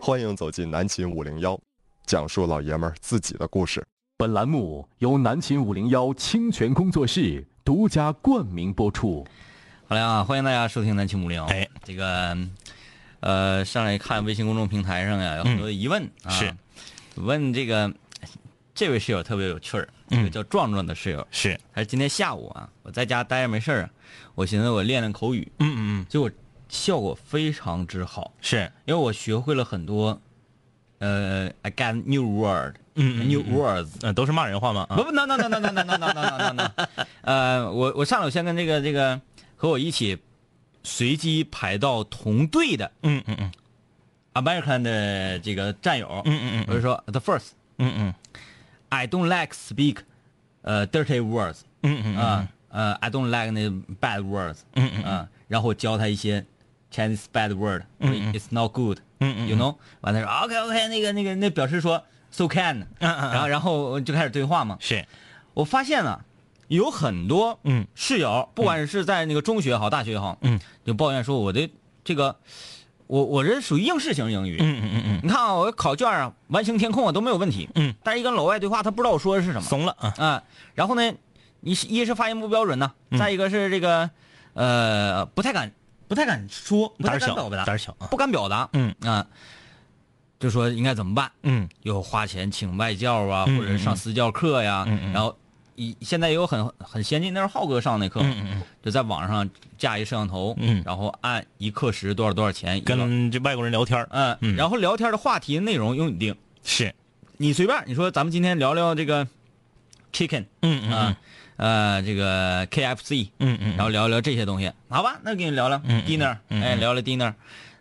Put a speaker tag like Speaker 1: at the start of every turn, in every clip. Speaker 1: 欢迎走进南秦五零幺，讲述老爷们儿自己的故事。
Speaker 2: 本栏目由南秦五零幺清泉工作室独家冠名播出。
Speaker 3: 好嘞啊，欢迎大家收听南青五零。
Speaker 4: 哎，
Speaker 3: 这个，呃，上来看微信公众平台上呀，有很多疑问、啊。
Speaker 4: 嗯是，
Speaker 3: 问这个这位室友特别有趣儿，这个叫壮壮的室友，
Speaker 4: 嗯是，
Speaker 3: 他说今天下午啊，我在家待着没事儿啊，我寻思我练练口语，
Speaker 4: 嗯嗯嗯，
Speaker 3: 结果效果非常之好，
Speaker 4: 是，
Speaker 3: 因为我学会了很多，呃，I got new word，
Speaker 4: 嗯嗯嗯
Speaker 3: n e w words，
Speaker 4: 呃，都是骂人话吗？啊
Speaker 3: 不不，no no no no no no no no no no no，呃，我我上来我先跟这个这个和我一起随机排到同队的
Speaker 4: 嗯嗯嗯
Speaker 3: American 的这个战友，
Speaker 4: 嗯嗯
Speaker 3: 我就说 the first
Speaker 4: 嗯嗯
Speaker 3: I don't like speak 呃 dirty words
Speaker 4: 嗯嗯
Speaker 3: 啊呃 I don't like 那 bad words
Speaker 4: 嗯嗯
Speaker 3: 啊，然后我教他一些 Chinese bad word，it's not good，
Speaker 4: 嗯嗯
Speaker 3: ，you know，完他说 OK OK 那个那个那表示说 so can，
Speaker 4: 嗯嗯
Speaker 3: 然后然后就开始对话嘛，
Speaker 4: 是，
Speaker 3: 我发现啊，有很多
Speaker 4: 嗯
Speaker 3: 室友，不管是在那个中学也好，大学也好，
Speaker 4: 嗯，
Speaker 3: 就抱怨说我的这个，我我这属于应试型英语。
Speaker 4: 嗯嗯嗯
Speaker 3: 你看啊，我考卷啊，完形填空啊都没有问题，
Speaker 4: 嗯，
Speaker 3: 但是一跟老外对话，他不知道我说的是什么
Speaker 4: 嗯，怂了啊，
Speaker 3: 啊。然后呢，你是一是发音不标准呢，
Speaker 4: 嗯
Speaker 3: 再一个是这个，呃，不太敢不太敢说，不
Speaker 4: 胆
Speaker 3: 太敢
Speaker 4: 儿小
Speaker 3: 表，达，
Speaker 4: 胆儿小啊，
Speaker 3: 不敢表达，
Speaker 4: 嗯
Speaker 3: 啊，就说应该怎么办？
Speaker 4: 嗯
Speaker 3: 有花钱请外教啊，
Speaker 4: 嗯
Speaker 3: 或者上私教课呀，
Speaker 4: 嗯嗯
Speaker 3: 然后以现在也有很很先进，那是浩哥上那课，
Speaker 4: 嗯嗯
Speaker 3: 就在网上架一摄像头，
Speaker 4: 嗯
Speaker 3: 然后按一课时多少多少钱，
Speaker 4: 嗯，
Speaker 3: 一个
Speaker 4: 跟这外国人聊天儿
Speaker 3: 嗯，
Speaker 4: 嗯
Speaker 3: 然后聊天的话题内容由你定，
Speaker 4: 是，
Speaker 3: 你随便，你说咱们今天聊聊这个 chicken
Speaker 4: 嗯
Speaker 3: 啊，呃，这个 KFC，
Speaker 4: 嗯嗯，
Speaker 3: 然后聊聊这些东西，好吧？那给你聊聊
Speaker 4: 嗯嗯
Speaker 3: dinner，
Speaker 4: 嗯
Speaker 3: 哎，
Speaker 4: 嗯
Speaker 3: 聊聊 dinner，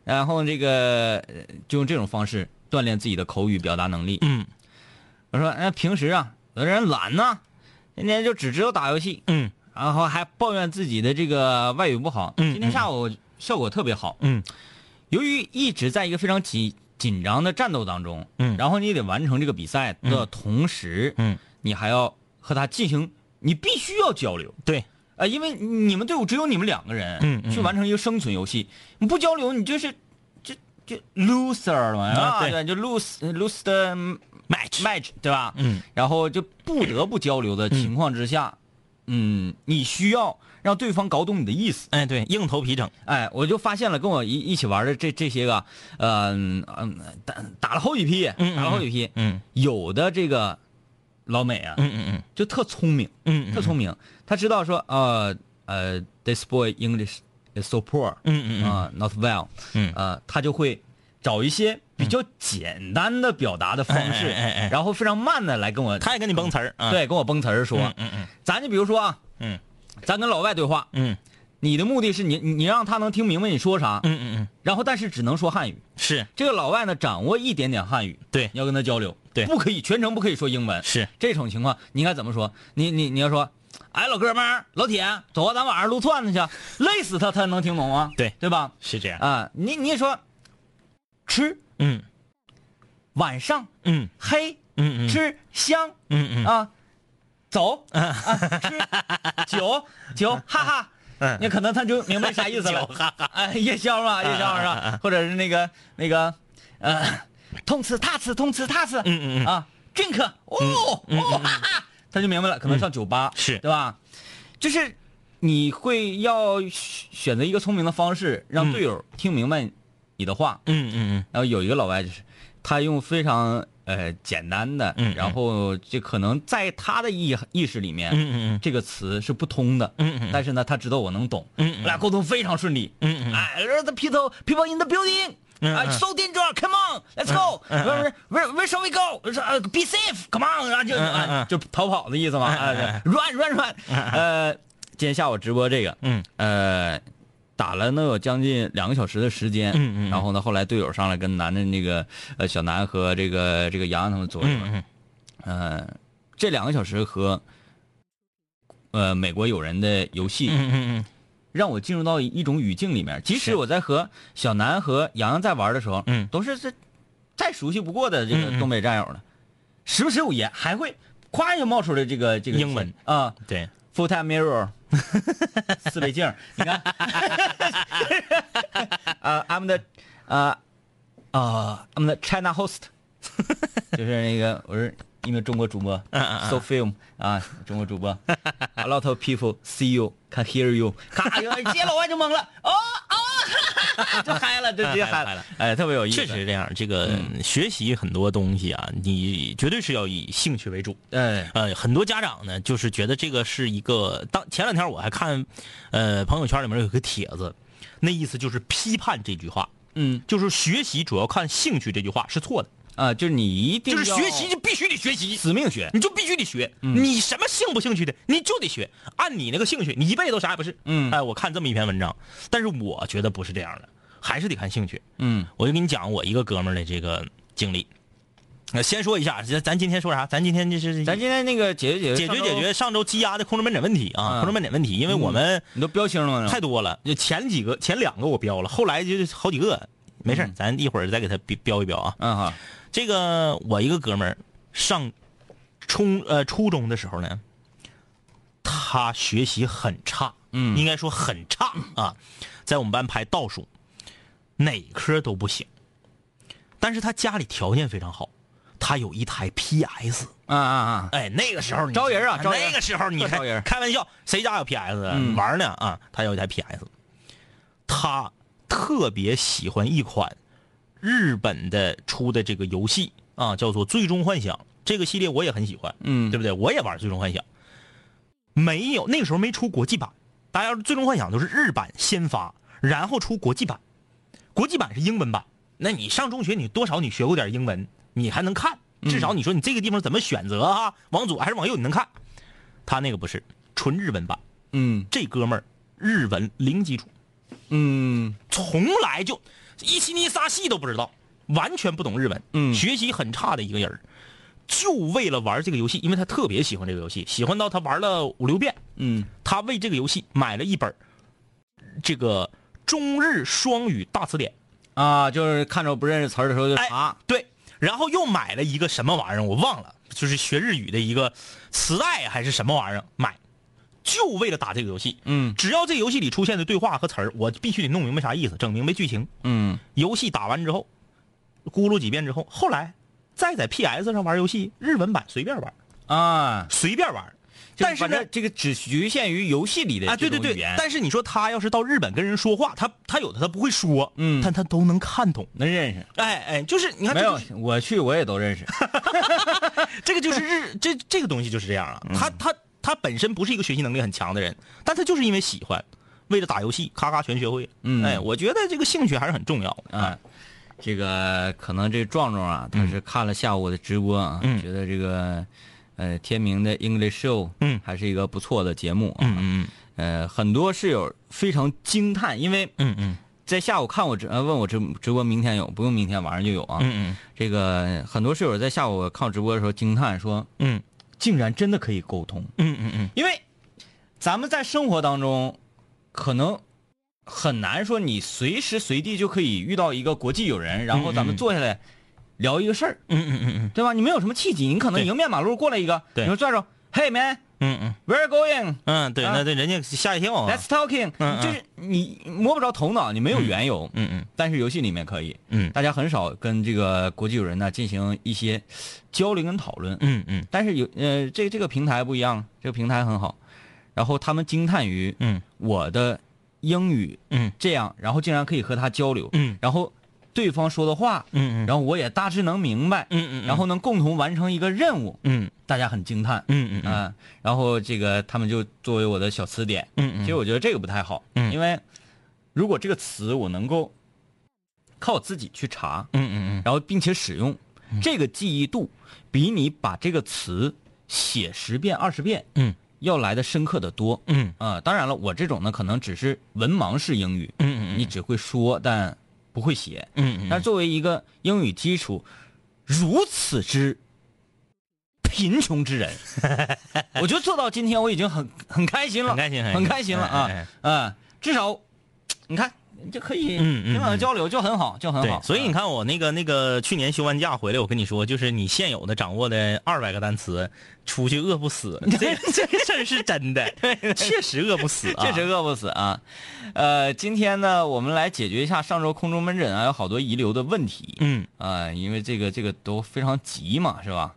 Speaker 3: 然后这个呃就用这种方式锻炼自己的口语表达能力。
Speaker 4: 嗯
Speaker 3: 我说，哎，平时啊，有的人懒呐、天天就只知道打游戏，
Speaker 4: 嗯
Speaker 3: 然后还抱怨自己的这个外语不好。
Speaker 4: 嗯
Speaker 3: 今天下午效果特别好，
Speaker 4: 嗯
Speaker 3: 由于一直在一个非常紧紧张的战斗当中，
Speaker 4: 嗯
Speaker 3: 然后你得完成这个比赛的同时，
Speaker 4: 嗯，
Speaker 3: 你还要和他进行，你必须要交流。
Speaker 4: 对，
Speaker 3: 呃，因为你们队伍只有你们两个人，
Speaker 4: 嗯嗯
Speaker 3: 去完成一个生存游戏，你不交流，你就是就就 loser 嘛，
Speaker 4: 啊对
Speaker 3: 对，就 lose lose the match match，对吧？
Speaker 4: 嗯，
Speaker 3: 然后就不得不交流的情况之下，嗯，你需要让对方搞懂你的意思。
Speaker 4: 哎对，硬头皮整，
Speaker 3: 哎，我就发现了，跟我一一起玩的这这些个，呃嗯、嗯打打了好几批，
Speaker 4: 嗯嗯
Speaker 3: 打了好几批，
Speaker 4: 嗯
Speaker 3: 有的这个老美啊，
Speaker 4: 嗯嗯
Speaker 3: 就特聪明，
Speaker 4: 嗯嗯，
Speaker 3: 特聪明，他知道说，呃呃，this boy English is so poor，
Speaker 4: 嗯嗯嗯
Speaker 3: 啊、n o t well，
Speaker 4: 嗯
Speaker 3: 呃，他就会找一些比较简单的表达的方式，
Speaker 4: 哎哎哎哎
Speaker 3: 然后非常慢的来跟我，
Speaker 4: 他也跟你蹦词儿啊，，
Speaker 3: 对，跟我崩词儿说，
Speaker 4: 嗯嗯嗯
Speaker 3: 咱就比如说啊，
Speaker 4: 嗯
Speaker 3: 咱跟老外对话，
Speaker 4: 嗯
Speaker 3: 你的目的是你你你让他能听明白你说啥，
Speaker 4: 嗯嗯嗯，
Speaker 3: 然后但是只能说汉语。
Speaker 4: 是
Speaker 3: 这个老外呢，掌握一点点汉语，
Speaker 4: 对
Speaker 3: 你要跟他交流，
Speaker 4: 对
Speaker 3: 不可以全程不可以说英文。
Speaker 4: 是，
Speaker 3: 这种情况，你应该怎么说？你你你要说，哎，老哥们儿，老铁，走啊，咱晚上撸串子去， 累死他，他能听懂啊？
Speaker 4: 对
Speaker 3: 对吧？
Speaker 4: 是这样，
Speaker 3: 啊，你你也说，吃
Speaker 4: 嗯
Speaker 3: 晚上
Speaker 4: 嗯
Speaker 3: 黑
Speaker 4: 嗯嗯，
Speaker 3: 吃香
Speaker 4: 嗯嗯
Speaker 3: 啊，走啊，吃酒酒，哈哈。
Speaker 4: 嗯
Speaker 3: 你可能他就明白啥意思 了。哎，夜宵嘛，夜宵是
Speaker 4: 嗯
Speaker 3: 吧？或者是那个那个，呃，痛吃踏吃痛吃踏吃，
Speaker 4: 嗯嗯嗯嗯
Speaker 3: 啊，drink 哦哦，哈哈，他就明白了，可能上酒吧
Speaker 4: 是
Speaker 3: 对吧？就是你会要选选择一个聪明的方式，让队友听明白你的话。
Speaker 4: 嗯嗯嗯。
Speaker 3: 然后有一个老外就是，他用非常呃简单的
Speaker 4: 嗯嗯，
Speaker 3: 然后就可能在他的意意识里面，
Speaker 4: 嗯嗯
Speaker 3: 这个词是不通的，
Speaker 4: 嗯嗯嗯
Speaker 3: 但是呢，他知道我能懂，
Speaker 4: 嗯嗯
Speaker 3: 我俩沟通非常顺利，
Speaker 4: 嗯嗯嗯
Speaker 3: 哎，the people people in the building。
Speaker 4: 嗯
Speaker 3: 啊
Speaker 4: 嗯
Speaker 3: ，so danger，come on，let's go，
Speaker 4: 嗯嗯
Speaker 3: 不是不是 where where shall we go？说呃，be safe，come on，然后就
Speaker 4: 嗯嗯
Speaker 3: 啊
Speaker 4: 嗯
Speaker 3: 就逃跑的意思嘛，啊
Speaker 4: 嗯嗯
Speaker 3: ，run run run，呃，今天下午直播这个，
Speaker 4: 嗯，
Speaker 3: 呃，打了能有将近两个小时的时间，
Speaker 4: 嗯嗯嗯
Speaker 3: 然后呢，后来队友上来跟男的那个呃小南和这个这个杨洋他们坐一会儿，
Speaker 4: 嗯嗯
Speaker 3: 呃，这两个小时和呃美国友人的游戏，
Speaker 4: 嗯嗯
Speaker 3: 让我进入到一种语境里面。即使
Speaker 4: 是
Speaker 3: 我在和小南和洋洋在玩的时候，
Speaker 4: 嗯
Speaker 3: 都是这再熟悉不过的这
Speaker 4: 嗯
Speaker 3: 个
Speaker 4: 嗯
Speaker 3: 东北战友了，时不时我也还会夸就冒出来这个这个
Speaker 4: 英文
Speaker 3: 啊、
Speaker 4: 嗯，对，
Speaker 3: f u l l time mirror，四倍镜儿，你看，啊、i m the，呃、啊，I'm the China host，就是那个我是因为中国主播，so
Speaker 4: 嗯
Speaker 3: film 啊，中国主播，a lot of people see you can hear you，咔， 接了我就懵了，哦哦， 就嗨了，就直接嗨
Speaker 4: 嗨了
Speaker 3: 了，哎，特别有意思，嗯
Speaker 4: 确实是这样。这个学习很多东西啊，你绝对是要以兴趣为主。
Speaker 3: 哎，
Speaker 4: 呃，很多家长呢，就是觉得这个是一个当前两天我还看，呃，朋友圈里面有个帖子，那意思就是批判这句话，
Speaker 3: 嗯
Speaker 4: 就是学习主要看兴趣这句话是错的，
Speaker 3: 啊，就是你一定
Speaker 4: 就是
Speaker 3: 要
Speaker 4: 学习就必须得学习，
Speaker 3: 死命学，嗯
Speaker 4: 你就必须得学，你什么兴不兴趣的，你就得学，按你那个兴趣，你一辈子都啥也不是。
Speaker 3: 嗯
Speaker 4: 哎，我看这么一篇文章，但是我觉得不是这样的，还是得看兴趣。
Speaker 3: 嗯
Speaker 4: 我就给你讲我一个哥们儿的这个经历。呃，先说一下，咱咱今天说啥？咱今天就是
Speaker 3: 咱今天那个解决
Speaker 4: 解
Speaker 3: 解决
Speaker 4: 决解，决上周积压的空中门诊问题啊，
Speaker 3: 嗯
Speaker 4: 空中门诊问题，因为我们
Speaker 3: 你都标清了呢
Speaker 4: 太多了，就前几个前两个我标了，后来就是好几个，没事儿，咱一会儿再给他标标一标啊。
Speaker 3: 嗯哈，
Speaker 4: 这个我一个哥们儿上初呃初中的时候呢，他学习很差，
Speaker 3: 嗯
Speaker 4: 应该说很差啊，在我们班排倒数，哪科都不行。但是他家里条件非常好，他有一台 PS。
Speaker 3: 啊啊啊，
Speaker 4: 哎，那个时候你
Speaker 3: 招人啊招人
Speaker 4: 那个时候你
Speaker 3: 特 招人
Speaker 4: 开玩笑，谁家有 PS 啊
Speaker 3: 嗯
Speaker 4: 玩呢啊？他有一台 PS，他特别喜欢一款日本的出的这个游戏啊，叫做《最终幻想》这个系列，我也很喜欢，
Speaker 3: 嗯
Speaker 4: 对不对？我也玩《最终幻想》，没有那个时候没出国际版，大家要是《最终幻想》都是日版先发，然后出国际版，国际版是英文版。那你上中学，你多少你学过点英文，你还能看，至少你说你这个地方怎么选择啊，往左还是往右，你能看。他那个不是纯日文版，
Speaker 3: 嗯
Speaker 4: 这哥们儿日文零基础，
Speaker 3: 嗯
Speaker 4: 从来就一西尼撒西都不知道，完全不懂日文，
Speaker 3: 嗯
Speaker 4: 学习很差的一个人儿，就为了玩这个游戏，因为他特别喜欢这个游戏，喜欢到他玩了五六遍，
Speaker 3: 嗯
Speaker 4: 他为这个游戏买了一本儿这个中日双语大词典，
Speaker 3: 啊，就是看着不认识词儿的时候就
Speaker 4: 哎
Speaker 3: 查，
Speaker 4: 对，然后又买了一个什么玩意儿，我忘了，就是学日语的一个磁带还是什么玩意儿，买，就为了打这个游戏。
Speaker 3: 嗯
Speaker 4: 只要这游戏里出现的对话和词儿，我必须得弄明白啥意思，整明白剧情。
Speaker 3: 嗯
Speaker 4: 游戏打完之后，咕噜几遍之后，后来再在 PS 上玩游戏，日文版随便玩，
Speaker 3: 啊。
Speaker 4: 随便玩。
Speaker 3: 就
Speaker 4: 但是
Speaker 3: 反
Speaker 4: 呢
Speaker 3: 正，这个只局限于游戏里的
Speaker 4: 啊，对对
Speaker 3: 这种语
Speaker 4: 对
Speaker 3: 言，
Speaker 4: 但是你说他要是到日本跟人说话，他他有的他不会说，
Speaker 3: 嗯
Speaker 4: 但他都能看懂。
Speaker 3: 能认识。
Speaker 4: 哎哎，就是你看，
Speaker 3: 没
Speaker 4: 这就
Speaker 3: 有
Speaker 4: 是，
Speaker 3: 我去我也都认识。
Speaker 4: 这个就是日这这个东西就是这样啊，他他他本身不是一个学习能力很强的人，但他就是因为喜欢，为了打游戏，咔咔全学会了。
Speaker 3: 嗯
Speaker 4: 哎，我觉得这个兴趣还是很重要的。
Speaker 3: 啊，这个可能这壮壮啊，他是看了下午的直播啊，
Speaker 4: 嗯
Speaker 3: 觉得这个呃天明的 English Show
Speaker 4: 嗯
Speaker 3: 还是一个不错的节目啊。
Speaker 4: 嗯
Speaker 3: 呃，很多室友非常惊叹，因为
Speaker 4: 嗯嗯
Speaker 3: 在下午看我直呃问我直直播明天有，不用明天晚上就有啊。
Speaker 4: 嗯
Speaker 3: 这个很多室友在下午看我直播的时候惊叹说，
Speaker 4: 嗯
Speaker 3: 竟然真的可以沟通。
Speaker 4: 嗯嗯嗯
Speaker 3: 因为咱们在生活当中，可能很难说你随时随地就可以遇到一个国际友人，然后咱们坐下来聊一个事儿，
Speaker 4: 嗯嗯嗯嗯
Speaker 3: 对吧？你没有什么契机，你可能
Speaker 4: 对
Speaker 3: 迎面马路过来一个，
Speaker 4: 对
Speaker 3: 你说拽着，Hey man，where
Speaker 4: 嗯嗯。
Speaker 3: going？
Speaker 4: 嗯，对，
Speaker 3: 啊
Speaker 4: 那对人家吓一跳啊
Speaker 3: Let's。talking，、
Speaker 4: 嗯嗯
Speaker 3: 就是你摸不着头脑，你没有缘由，
Speaker 4: 嗯嗯
Speaker 3: 但是游戏里面可以，
Speaker 4: 嗯
Speaker 3: 大家很少跟这个国际友人呢进行一些交流跟讨论，
Speaker 4: 嗯嗯
Speaker 3: 但是有呃，这这个平台不一样，这个平台很好。然后他们惊叹于
Speaker 4: 嗯
Speaker 3: 我的英语
Speaker 4: 嗯
Speaker 3: 这样，然后竟然可以和他交流，
Speaker 4: 嗯
Speaker 3: 然后对方说的话，
Speaker 4: 嗯嗯，
Speaker 3: 然后我也大致能明白，
Speaker 4: 嗯嗯，
Speaker 3: 然后能共同完成一个任务，
Speaker 4: 嗯
Speaker 3: 大家很惊叹，
Speaker 4: 嗯嗯嗯
Speaker 3: 啊，然后这个他们就作为我的小词典，
Speaker 4: 嗯
Speaker 3: 其实我觉得这个不太好，
Speaker 4: 嗯
Speaker 3: 因为如果这个词我能够靠我自己去查，
Speaker 4: 嗯嗯嗯
Speaker 3: 然后并且使用，这个记忆度比你把这个词写十遍二十遍，
Speaker 4: 嗯，
Speaker 3: 要来的深刻的多。
Speaker 4: 嗯
Speaker 3: 啊、当然了，我这种呢，可能只是文盲式英语，
Speaker 4: 嗯
Speaker 3: 你只会说但不会写。
Speaker 4: 嗯
Speaker 3: 但作为一个英语基础如此之贫穷之 人，我觉得做到今天我已经很很开心了，啊
Speaker 4: 很开心
Speaker 3: 很开心了
Speaker 4: 哎哎
Speaker 3: 啊！啊，至少你看就可以
Speaker 4: 嗯嗯
Speaker 3: 平等
Speaker 4: 嗯
Speaker 3: 交流，就很好，就很
Speaker 4: 对
Speaker 3: 好。，
Speaker 4: 所以你看我那个那个去年休完假回来，我跟你说，就是你现有的掌握的二百个单词，出去饿 不死，这这个事儿是真的，确实饿不死啊，
Speaker 3: 确实饿不死啊。呃，今天呢，我们来解决一下上周空中门诊啊有好多遗留的问题。
Speaker 4: 嗯，
Speaker 3: 啊、因为这个这个都非常急嘛，是吧？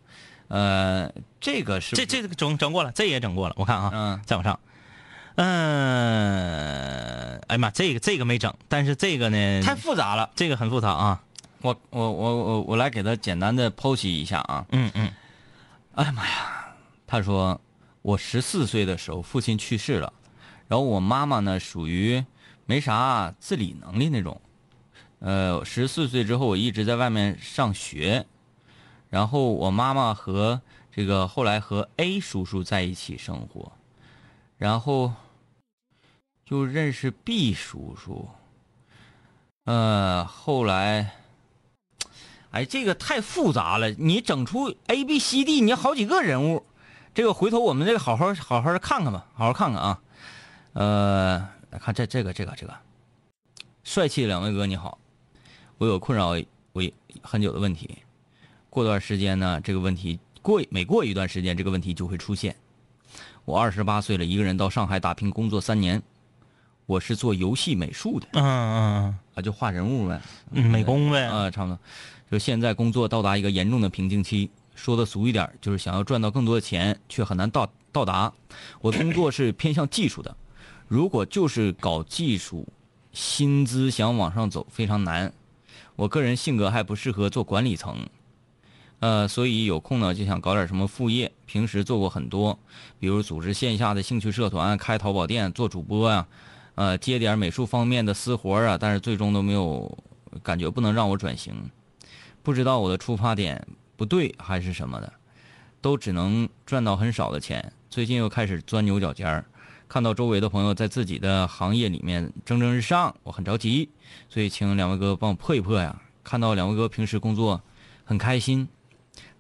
Speaker 3: 呃，这个是
Speaker 4: 这这个整整过了，这也整过了，我看啊，
Speaker 3: 嗯
Speaker 4: 再往上，嗯、哎呀妈，这个这个没整，但是这个呢，
Speaker 3: 太复杂了。
Speaker 4: 这个很复杂啊，
Speaker 3: 我我我我我来给他简单的剖析一下啊。
Speaker 4: 嗯嗯，
Speaker 3: 哎呀妈呀，他说我十四岁的时候父亲去世了，然后我妈妈呢属于没啥啊自理能力那种，呃，十四岁之后我一直在外面上学，然后我妈妈和这个后来和 A 叔叔在一起生活，然后就认识 B 叔叔，呃，后来。哎，这个太复杂了，你整出 A、B、C、D，你好几个人物，这个回头我们这个好好好好地看看吧，好好看看啊。呃，来看这这个这个这个，帅气的两位哥你好，我有困扰我很久的问题，过段时间呢，这个问题过每过一段时间这个问题就会出现。我二十八岁了，一个人到上海打拼工作三年，我是做游戏美术的
Speaker 4: 嗯嗯
Speaker 3: 啊，就画人物呗。
Speaker 4: 嗯，美工呗，
Speaker 3: 啊、差不多。就现在工作到达一个严重的瓶颈期，说的俗一点儿，就是想要赚到更多的钱，却很难到到达。我的工作是偏向技术的，如果就是搞技术，薪资想往上走非常难。我个人性格还不适合做管理层，呃，所以有空呢就想搞点什么副业。平时做过很多，比如组织线下的兴趣社团、开淘宝店、做主播呀、呃，接点美术方面的私活啊，但是最终都没有感觉不能让我转型，不知道我的出发点不对还是什么的，都只能赚到很少的钱。最近又开始钻牛角尖儿，看到周围的朋友在自己的行业里面蒸蒸日上，我很着急，所以请两位哥帮我破一破呀。看到两位哥平时工作很开心，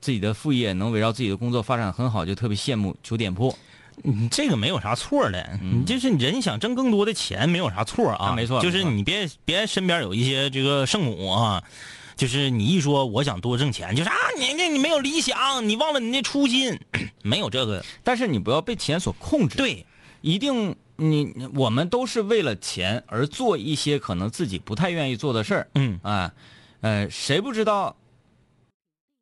Speaker 3: 自己的副业能围绕自己的工作发展很好，就特别羡慕。求点破，
Speaker 4: 你这个没有啥错的，你就是人想挣更多的钱没有啥错啊，
Speaker 3: 嗯那没错
Speaker 4: 就是
Speaker 3: 没错
Speaker 4: 你别别身边有一些这个圣母啊，就是你一说我想多挣钱，就是啊你你你没有理想，你忘了你那 初心，没有这个
Speaker 3: 但是你不要被钱所控制。
Speaker 4: 对，
Speaker 3: 一定你你我们都是为了钱而做一些可能自己不太愿意做的事儿
Speaker 4: 嗯
Speaker 3: 啊，呃，谁不知道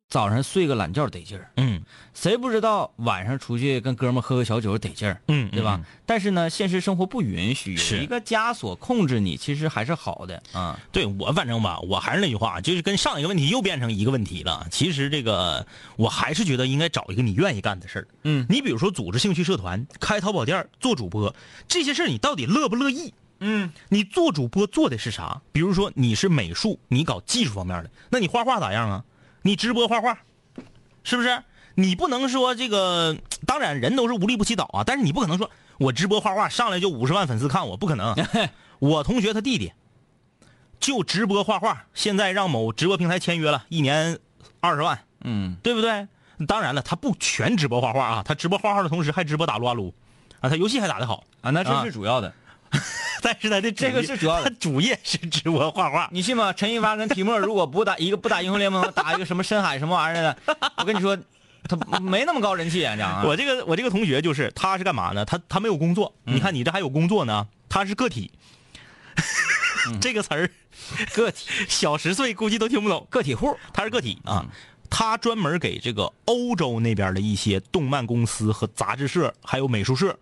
Speaker 3: 早上睡个懒觉得劲儿，
Speaker 4: 嗯
Speaker 3: 谁不知道晚上出去跟哥们儿喝个小酒得劲儿，
Speaker 4: 嗯，
Speaker 3: 对吧？？但是呢，现实生活不允许，有
Speaker 4: 是
Speaker 3: 一个枷锁控制你，其实还是好的啊。
Speaker 4: 对我反正吧，我还是那句话，就是跟上一个问题又变成一个问题了。其实这个我还是觉得应该找一个你愿意干的事儿。
Speaker 3: 嗯，
Speaker 4: 你比如说组织兴趣社团、开淘宝店儿、做主播这些事儿，你到底乐不乐意？
Speaker 3: 嗯，
Speaker 4: 你做主播做的是啥？比如说你是美术，你搞技术方面的，那你画画咋样啊？你直播画画，是不是？你不能说这个，当然人都是无利不起早啊，但是你不可能说我直播画画上来就五十万粉丝看我，不可
Speaker 3: 哎
Speaker 4: 能。我同学他弟弟就直播画画，现在让某直播平台签约了，一年二十万，
Speaker 3: 嗯，
Speaker 4: 对不对？当然了，他不全直播画画啊，他直播画画的同时还直播打撸啊撸，啊，他游戏还打得好，
Speaker 3: 啊，那这
Speaker 4: 啊
Speaker 3: 是主要的，
Speaker 4: 但是他的主业
Speaker 3: 这个是主要的
Speaker 4: 他主业是直播画画。
Speaker 3: 你信吗？陈一发跟提莫如果不打一个不打英雄联盟，打一个什么深海什么玩意儿的，我跟你说，他没那么高人气啊，这样啊。
Speaker 4: 我这个我这个同学就是他是干嘛呢？他他没有工作，
Speaker 3: 嗯
Speaker 4: 你看你这还有工作呢，他是个体。 这个词儿，
Speaker 3: 嗯个体
Speaker 4: 小十岁估计都听不懂。
Speaker 3: 个体户，嗯
Speaker 4: 他是个体啊，他专门给这个欧洲那边的一些动漫公司和杂志社，还有美术社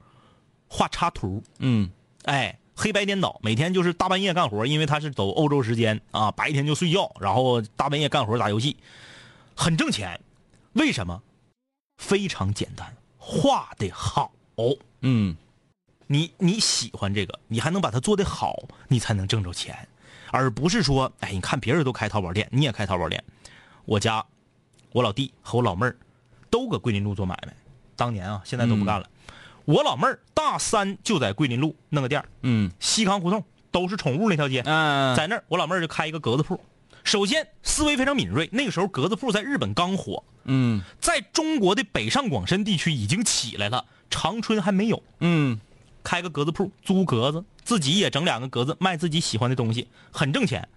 Speaker 4: 画插图。
Speaker 3: 嗯，
Speaker 4: 哎，黑白颠倒，每天就是大半夜干活，因为他是走欧洲时间啊，白天就睡觉，然后大半夜干活打游戏，很挣钱。为什么？非常简单，画的好。
Speaker 3: 嗯，
Speaker 4: 你你喜欢这个，你还能把它做得好，你才能挣着钱，而不是说，哎，你看别人都开淘宝店，你也开淘宝店。我家我老弟和我老妹儿都搁桂林路做买卖，当年啊，现在都不干了。我老妹儿大三就在桂林路弄个店儿
Speaker 3: 嗯，
Speaker 4: 西康胡同都是宠物那条街，
Speaker 3: 啊，
Speaker 4: 在那儿我老妹儿就开一个格子铺。首先思维非常敏锐，那个时候格子铺在日本刚火，
Speaker 3: 嗯
Speaker 4: 在中国的北上广深地区已经起来了，长春还没有。
Speaker 3: 嗯，
Speaker 4: 开个格子铺，租格子，自己也整两个格子，卖自己喜欢的东西，很挣钱。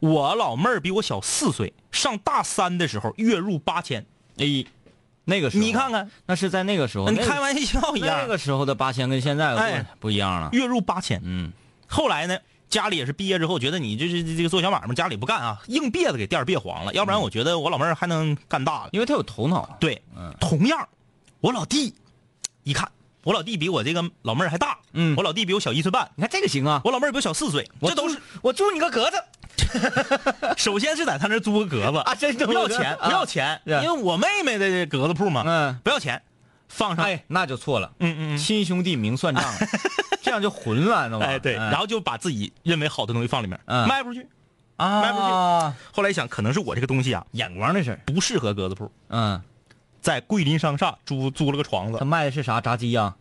Speaker 4: 我老妹儿比我小四岁，上大三的时候月入八千，
Speaker 3: 哎，那个时候
Speaker 4: 你看看，
Speaker 3: 那是在那个时候，
Speaker 4: 你
Speaker 3: 那个
Speaker 4: 开玩笑一
Speaker 3: 那
Speaker 4: 样，
Speaker 3: 个时候的八千跟现在的
Speaker 4: 哎
Speaker 3: 不不一样了。
Speaker 4: 月入八千。
Speaker 3: 嗯，
Speaker 4: 后来呢，家里也是毕业之后觉得你这这这这个做小买卖，家里不干啊，硬别的给店儿别黄了，
Speaker 3: 嗯
Speaker 4: 要不然我觉得我老妹儿还能干大了。
Speaker 3: 因为他有头脑。
Speaker 4: 对，
Speaker 3: 嗯
Speaker 4: 同样，我老弟一看，我老弟比我这个老妹儿还大，
Speaker 3: 嗯
Speaker 4: 我老弟比我小一岁半，
Speaker 3: 你看这个行啊，
Speaker 4: 我老妹儿比我小四岁，
Speaker 3: 我
Speaker 4: 这都
Speaker 3: 租
Speaker 4: 是
Speaker 3: 我租你个格子
Speaker 4: 首先是在他那儿租个格子
Speaker 3: 啊，真的
Speaker 4: 不要钱，不要。
Speaker 3: 钱。
Speaker 4: 钱，
Speaker 3: 是
Speaker 4: 因为我妹妹的格子铺嘛，
Speaker 3: 嗯
Speaker 4: 不要钱，放上，
Speaker 3: 哎，那就错了，
Speaker 4: 嗯嗯嗯，
Speaker 3: 亲兄弟明算账 了，这样就混乱了嘛。
Speaker 4: 哎对，然后就把自己认为好的东西放里面，
Speaker 3: 嗯
Speaker 4: 卖不出去。
Speaker 3: 啊，
Speaker 4: 卖不出后来一想，可能是我这个东西啊
Speaker 3: 眼光的事儿。
Speaker 4: 不适合格子铺，
Speaker 3: 嗯，
Speaker 4: 在桂林商厦租租了个床
Speaker 3: 他
Speaker 4: 子，
Speaker 3: 卖的是啥炸鸡呀？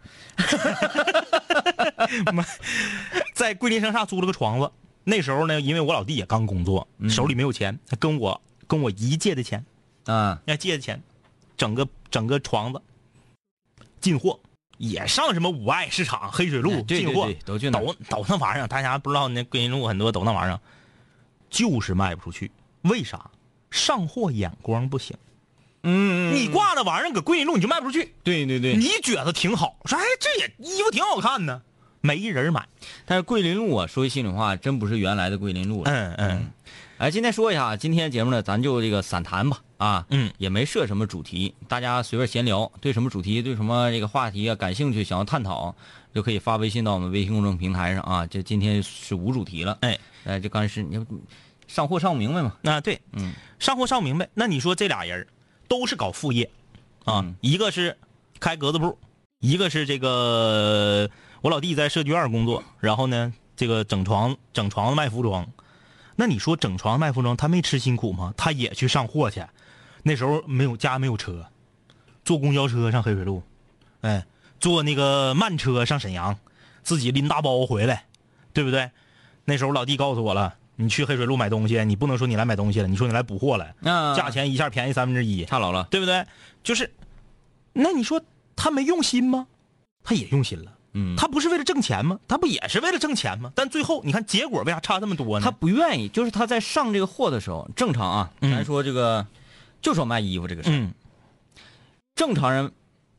Speaker 4: 在桂林商厦租了个床子。那时候呢，因为我老弟也刚工作，
Speaker 3: 嗯
Speaker 4: 手里没有钱，他跟我跟我姨借的钱，
Speaker 3: 啊，
Speaker 4: 要借的钱，整个整个床子进货，也上什么五爱市场、黑水路
Speaker 3: 哎对
Speaker 4: 进货
Speaker 3: 对对，都去那儿
Speaker 4: 抖抖那玩意儿，大家不知道那桂林路很多抖那玩意儿，啊就是卖不出去，为啥？上货眼光不行，
Speaker 3: 嗯
Speaker 4: 你挂那玩意儿搁桂林路你就卖不出去，
Speaker 3: 对对对，
Speaker 4: 你觉得挺好，说哎这也衣服挺好看呢，没人买，
Speaker 3: 但是桂林路啊，说句心里话，真不是原来的桂林路了。
Speaker 4: 嗯嗯
Speaker 3: 哎，今天说一下，今天节目呢，咱就这个散谈吧，啊，
Speaker 4: 嗯，
Speaker 3: 也没设什么主题，大家随便闲聊，对什么主题、对什么这个话题啊感兴趣，想要探讨，就可以发微信到我们微信公众平台上啊。这今天是无主题了，
Speaker 4: 哎，
Speaker 3: 哎，这刚才是你上货上不明白嘛？
Speaker 4: 啊对，
Speaker 3: 嗯，
Speaker 4: 上货上明白，那你说这俩人儿都是搞副业啊，
Speaker 3: 嗯
Speaker 4: 一个是开格子铺，一个是这个我老弟在社区院儿工作，然后呢这个整床整床卖服装，那你说整床卖服装他没吃辛苦吗？他也去上货去，那时候没有家没有车，坐公交车上黑水路，哎，坐那个慢车上沈阳，自己拎大包回来，对不对？那时候老弟告诉我了，你去黑水路买东西，你不能说你来买东西了，你说你来补货来，
Speaker 3: 啊
Speaker 4: 价钱一下便宜三分之一，
Speaker 3: 差老了，
Speaker 4: 对不对？就是，那你说他没用心吗？他也用心了，
Speaker 3: 嗯，
Speaker 4: 他不是为了挣钱吗？他不也是为了挣钱吗？但最后你看结果为啥差这么多呢？
Speaker 3: 他不愿意，就是他在上这个货的时候，正常啊，
Speaker 4: 嗯
Speaker 3: 咱说这个，就说卖衣服这个事儿，
Speaker 4: 嗯
Speaker 3: 正常人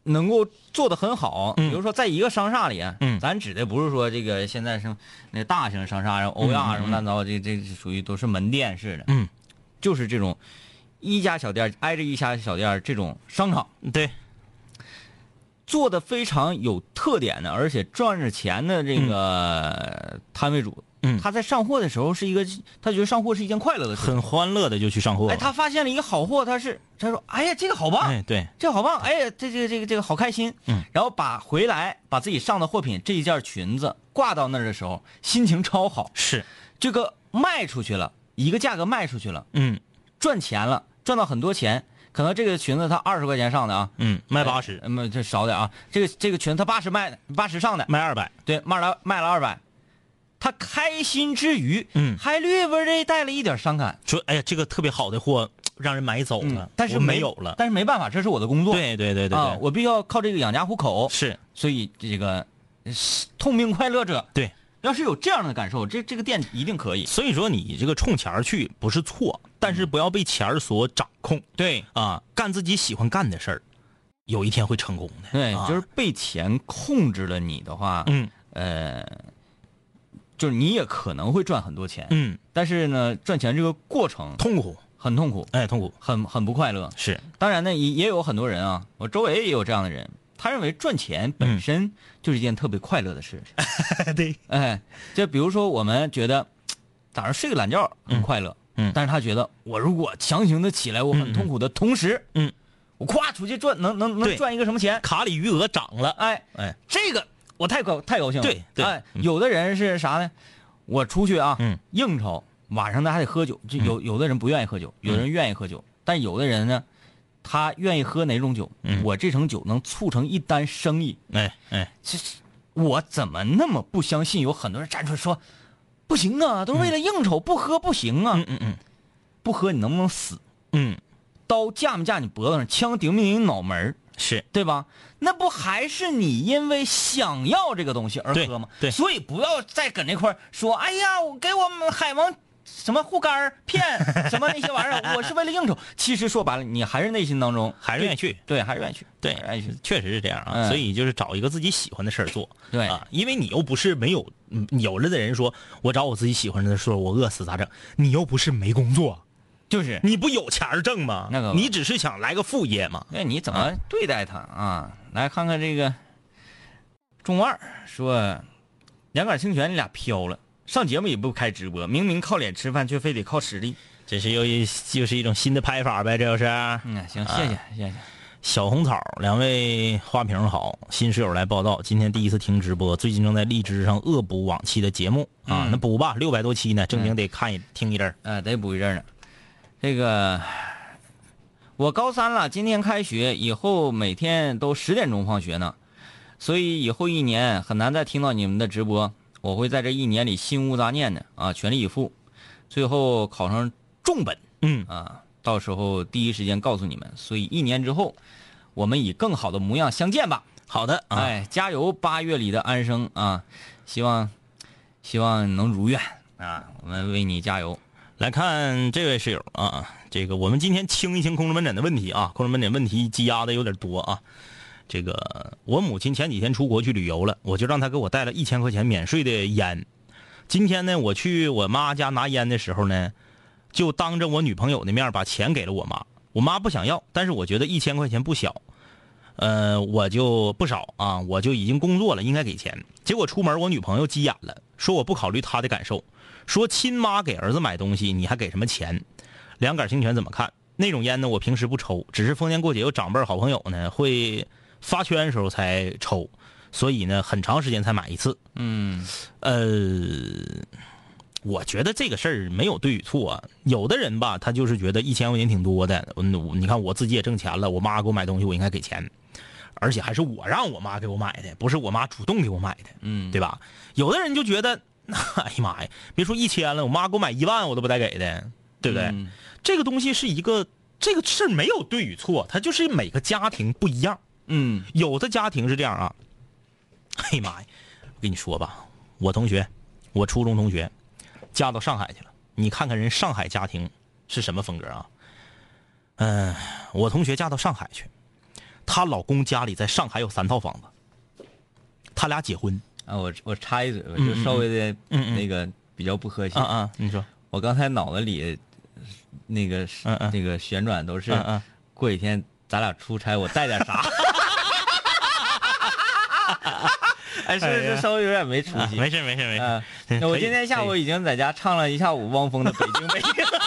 Speaker 3: 能够做的很好，
Speaker 4: 嗯
Speaker 3: 比如说在一个商厦里，啊
Speaker 4: 嗯
Speaker 3: 咱指的不是说这个现在是那大型商厦，然后欧亚什么乱七八糟，这这是属于都是门店式的，
Speaker 4: 嗯，
Speaker 3: 就是这种一家小店挨着一家小店这种商场
Speaker 4: 对，
Speaker 3: 做的非常有特点的，而且赚着钱的这个摊位主，
Speaker 4: 嗯
Speaker 3: 他在上货的时候是一个，他觉得上货是一件快乐的事，
Speaker 4: 很欢乐的就去上货了。
Speaker 3: 哎，他发现了一个好货，他是他说，哎呀，这个好棒，
Speaker 4: 哎对，
Speaker 3: 这好棒！哎呀，这这个这个这个好开心。
Speaker 4: 嗯，
Speaker 3: 然后把回来把自己上的货品这一件裙子挂到那儿的时候，心情超好。
Speaker 4: 是，
Speaker 3: 这个卖出去了，一个价格卖出去了，
Speaker 4: 嗯
Speaker 3: 赚钱了，赚到很多钱。可能这个裙子它二十块钱上的啊，
Speaker 4: 嗯，卖八十，
Speaker 3: 嗯，这少点啊。这个这个裙子它八十卖的，八十上的，
Speaker 4: 卖二百，
Speaker 3: 对，卖了卖了二百。他开心之余，
Speaker 4: 嗯
Speaker 3: 还略微的带了一点伤感。
Speaker 4: 说哎呀，这个特别好的货让人买走了，
Speaker 3: 但是
Speaker 4: 嗯我没有了。
Speaker 3: 但是没办法，这是我的工作。
Speaker 4: 对对对对对，
Speaker 3: 啊，我必须要靠这个养家糊口。
Speaker 4: 是
Speaker 3: 所以这个是痛并快乐着。
Speaker 4: 对，
Speaker 3: 要是有这样的感受，这这个店一定可以。
Speaker 4: 所以说你这个冲钱儿去不是错，但是不要被钱儿所掌控
Speaker 3: 对，
Speaker 4: 啊，干自己喜欢干的事儿，有一天会成功的。
Speaker 3: 对，
Speaker 4: 啊
Speaker 3: 就是被钱控制了你的话，
Speaker 4: 嗯
Speaker 3: 呃，就是你也可能会赚很多钱，
Speaker 4: 嗯，
Speaker 3: 但是呢，赚钱这个过程
Speaker 4: 痛苦，
Speaker 3: 很痛苦，
Speaker 4: 哎，痛苦
Speaker 3: 很很不快乐。
Speaker 4: 是
Speaker 3: 当然呢，也也有很多人啊，我周围也有这样的人，他认为赚钱本身就是一件特别快乐的事。
Speaker 4: 对，
Speaker 3: 哎，就比如说我们觉得早上睡个懒觉很快乐，
Speaker 4: 嗯嗯
Speaker 3: 但是他觉得我如果强行的起来，我很痛苦的同时，
Speaker 4: 嗯，
Speaker 3: 我咵出去赚能能能
Speaker 4: 对
Speaker 3: 赚一个什么钱？
Speaker 4: 卡里余额涨了，
Speaker 3: 哎，
Speaker 4: 哎，
Speaker 3: 这个我太高太高兴了。
Speaker 4: 对对
Speaker 3: 哎，
Speaker 4: 嗯
Speaker 3: 有的人是啥呢？我出去啊，
Speaker 4: 嗯
Speaker 3: 应酬，晚上呢还得喝酒，就有有的人不愿意喝酒，
Speaker 4: 嗯
Speaker 3: 有的人愿意喝酒，但有的人呢，他愿意喝哪种酒？
Speaker 4: 嗯
Speaker 3: 我这种酒能促成一单生意，
Speaker 4: 哎哎，
Speaker 3: 这是我怎么那么不相信？有很多人站出来说，不行啊，都是为了应酬，不喝不行啊，
Speaker 4: 嗯嗯嗯
Speaker 3: 不喝你能不能死？
Speaker 4: 嗯，
Speaker 3: 刀架没架你脖子上，枪顶不顶你脑门儿
Speaker 4: 是
Speaker 3: 对吧？那不还是你因为想要这个东西而
Speaker 4: 对
Speaker 3: 喝吗？
Speaker 4: 对
Speaker 3: 所以不要再搁那块儿说，哎呀，我给我们海王什么护肝儿 片什么那些玩意儿，我是为了应酬。其实说白了，你还是内心当中
Speaker 4: 还是愿意去
Speaker 3: 对，对还是愿意去，
Speaker 4: 对
Speaker 3: 还是愿意去。，
Speaker 4: 确实是这样啊。
Speaker 3: 嗯
Speaker 4: 所以就是找一个自己喜欢的事儿做，
Speaker 3: 对
Speaker 4: 啊，因为你又不是没有嗯有了的人说，我找我自己喜欢的事儿，我饿死咋整？你又不是没工作，
Speaker 3: 就是
Speaker 4: 你不有钱儿挣吗？
Speaker 3: 那个
Speaker 4: 你只是想来个副业嘛？
Speaker 3: 那你怎么对待他啊？来看看这个中二说，两杆清泉你俩飘了，上节目也不开直播，明明靠脸吃饭，却非得靠实力。
Speaker 4: 这是又一又是一种新的拍法呗，这就是。啊
Speaker 3: 嗯，行，谢谢谢谢。
Speaker 4: 小红草，两位花瓶好，新室友来报道，今天第一次听直播，最近正在荔枝上恶补往期的节目啊，
Speaker 3: 嗯
Speaker 4: 那补吧，六百多期呢，正经得看一、听一阵儿。
Speaker 3: 啊，得补一阵儿呢。这个，我高三了，今天开学，以后每天都十点钟放学呢，所以以后一年很难再听到你们的直播。我会在这一年里心无杂念的啊，全力以赴，最后考上重本
Speaker 4: 嗯，
Speaker 3: 啊，到时候第一时间告诉你们。所以一年之后，我们以更好的模样相见吧。
Speaker 4: 好的啊，
Speaker 3: 哎，加油！八月里的安生啊，希望希望能如愿啊，我们为你加油。
Speaker 4: 来看这位室友啊，这个我们今天清一清空中门诊的问题啊，空中门诊问题积压的有点多啊。这个我母亲前几天出国去旅游了，我就让她给我带了一千块钱免税的烟。今天呢，我去我妈家拿烟的时候呢，就当着我女朋友的面把钱给了我妈。我妈不想要，但是我觉得一千块钱不小，呃，我就不少啊，我就已经工作了，应该给钱。结果出门，我女朋友急眼了，说我不考虑她的感受，说亲妈给儿子买东西，你还给什么钱？两杆清泉怎么看？那种烟呢，我平时不抽，只是逢年过节有长辈儿好朋友呢会发圈的时候才抽，所以呢，很长时间才买一次。
Speaker 3: 嗯。
Speaker 4: 呃，我觉得这个事儿没有对与错、啊。有的人吧，他就是觉得一千块钱挺多的。嗯我你看我自己也挣钱了，我妈给我买东西，我应该给钱，而且还是我让我妈给我买的，不是我妈主动给我买的，
Speaker 3: 嗯
Speaker 4: 对吧？有的人就觉得，哎呀妈呀，别说一千了，我妈给我买一万，我都不带给的，对不对？
Speaker 3: 嗯
Speaker 4: 这个东西是一个，这个事儿没有对与错，它就是每个家庭不一样。
Speaker 3: 嗯
Speaker 4: 有的家庭是这样啊， 哎呀妈呀，我跟你说吧，我同学，我初中同学，嫁到上海去了。你看看人上海家庭是什么风格啊？嗯、我同学嫁到上海去，她老公家里在上海有三套房子，他俩结婚。
Speaker 3: 啊，我我插一嘴吧，就稍微的
Speaker 4: 嗯嗯
Speaker 3: 那个比较不和谐。
Speaker 4: 啊啊，你说，
Speaker 3: 我刚才脑子里呃那个是
Speaker 4: 嗯嗯
Speaker 3: 那个旋转都是
Speaker 4: 嗯嗯，
Speaker 3: 过几天咱俩出差，我带点啥？哎，是不
Speaker 4: 哎 呀
Speaker 3: 是稍微有点没出息？
Speaker 4: 没事没事没事。
Speaker 3: 啊，那我
Speaker 4: 可以
Speaker 3: 今天下午
Speaker 4: 可以
Speaker 3: 已经在家唱了一下午汪峰的《北京北京》，哎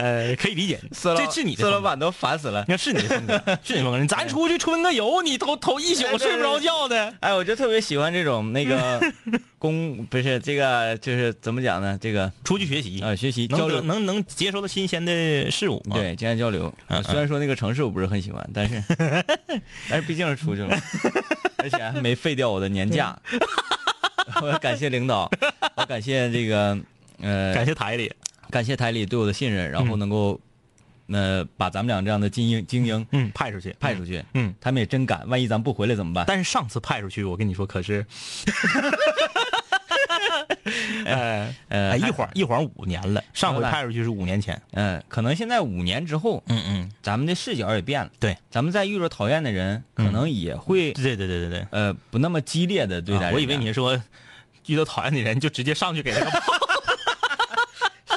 Speaker 4: 呃，可以理解，
Speaker 3: 孙老
Speaker 4: 这是你的
Speaker 3: 孙老
Speaker 4: 风格。
Speaker 3: 板都烦死了
Speaker 4: 你。看是你 的风格，是你的风格。咱出去春个游，你头头一宿
Speaker 3: 哎哎对
Speaker 4: 睡不着觉的。
Speaker 3: 哎，我就特别喜欢这种那 个公，不是这个，就是怎么讲呢？这个
Speaker 4: 出去学习
Speaker 3: 啊，学习
Speaker 4: 哎能
Speaker 3: 交流
Speaker 4: 得能能接收到新鲜的事物、啊。，
Speaker 3: 对，经验交流。虽然说那个城市我不是很喜欢，但 是但是毕竟是出去了，而且还没废掉我的年假。我要感谢领导，我感谢这个呃，
Speaker 4: 感谢嗯台里，
Speaker 3: 感谢台里对我的信任，然后能够呃把咱们俩这样的精英精英
Speaker 4: 嗯，派出去，
Speaker 3: 派出去。
Speaker 4: 嗯。
Speaker 3: 他们也真敢，万一咱不回来怎么办？
Speaker 4: 但是上次派出去，我跟你说，可是，呃
Speaker 3: 呃
Speaker 4: 哎，一晃一晃五年了，上回
Speaker 3: 明白
Speaker 4: 派出去是五年前。
Speaker 3: 嗯、可能现在五年之后，
Speaker 4: 嗯嗯，
Speaker 3: 咱们的视角也变了。
Speaker 4: 对，嗯
Speaker 3: 咱们再遇着讨厌的人，可能也会、
Speaker 4: 对对对对对。
Speaker 3: 呃不那么激烈的对待人家、
Speaker 4: 啊我以为你是说遇到讨厌的人就直接上去给他 个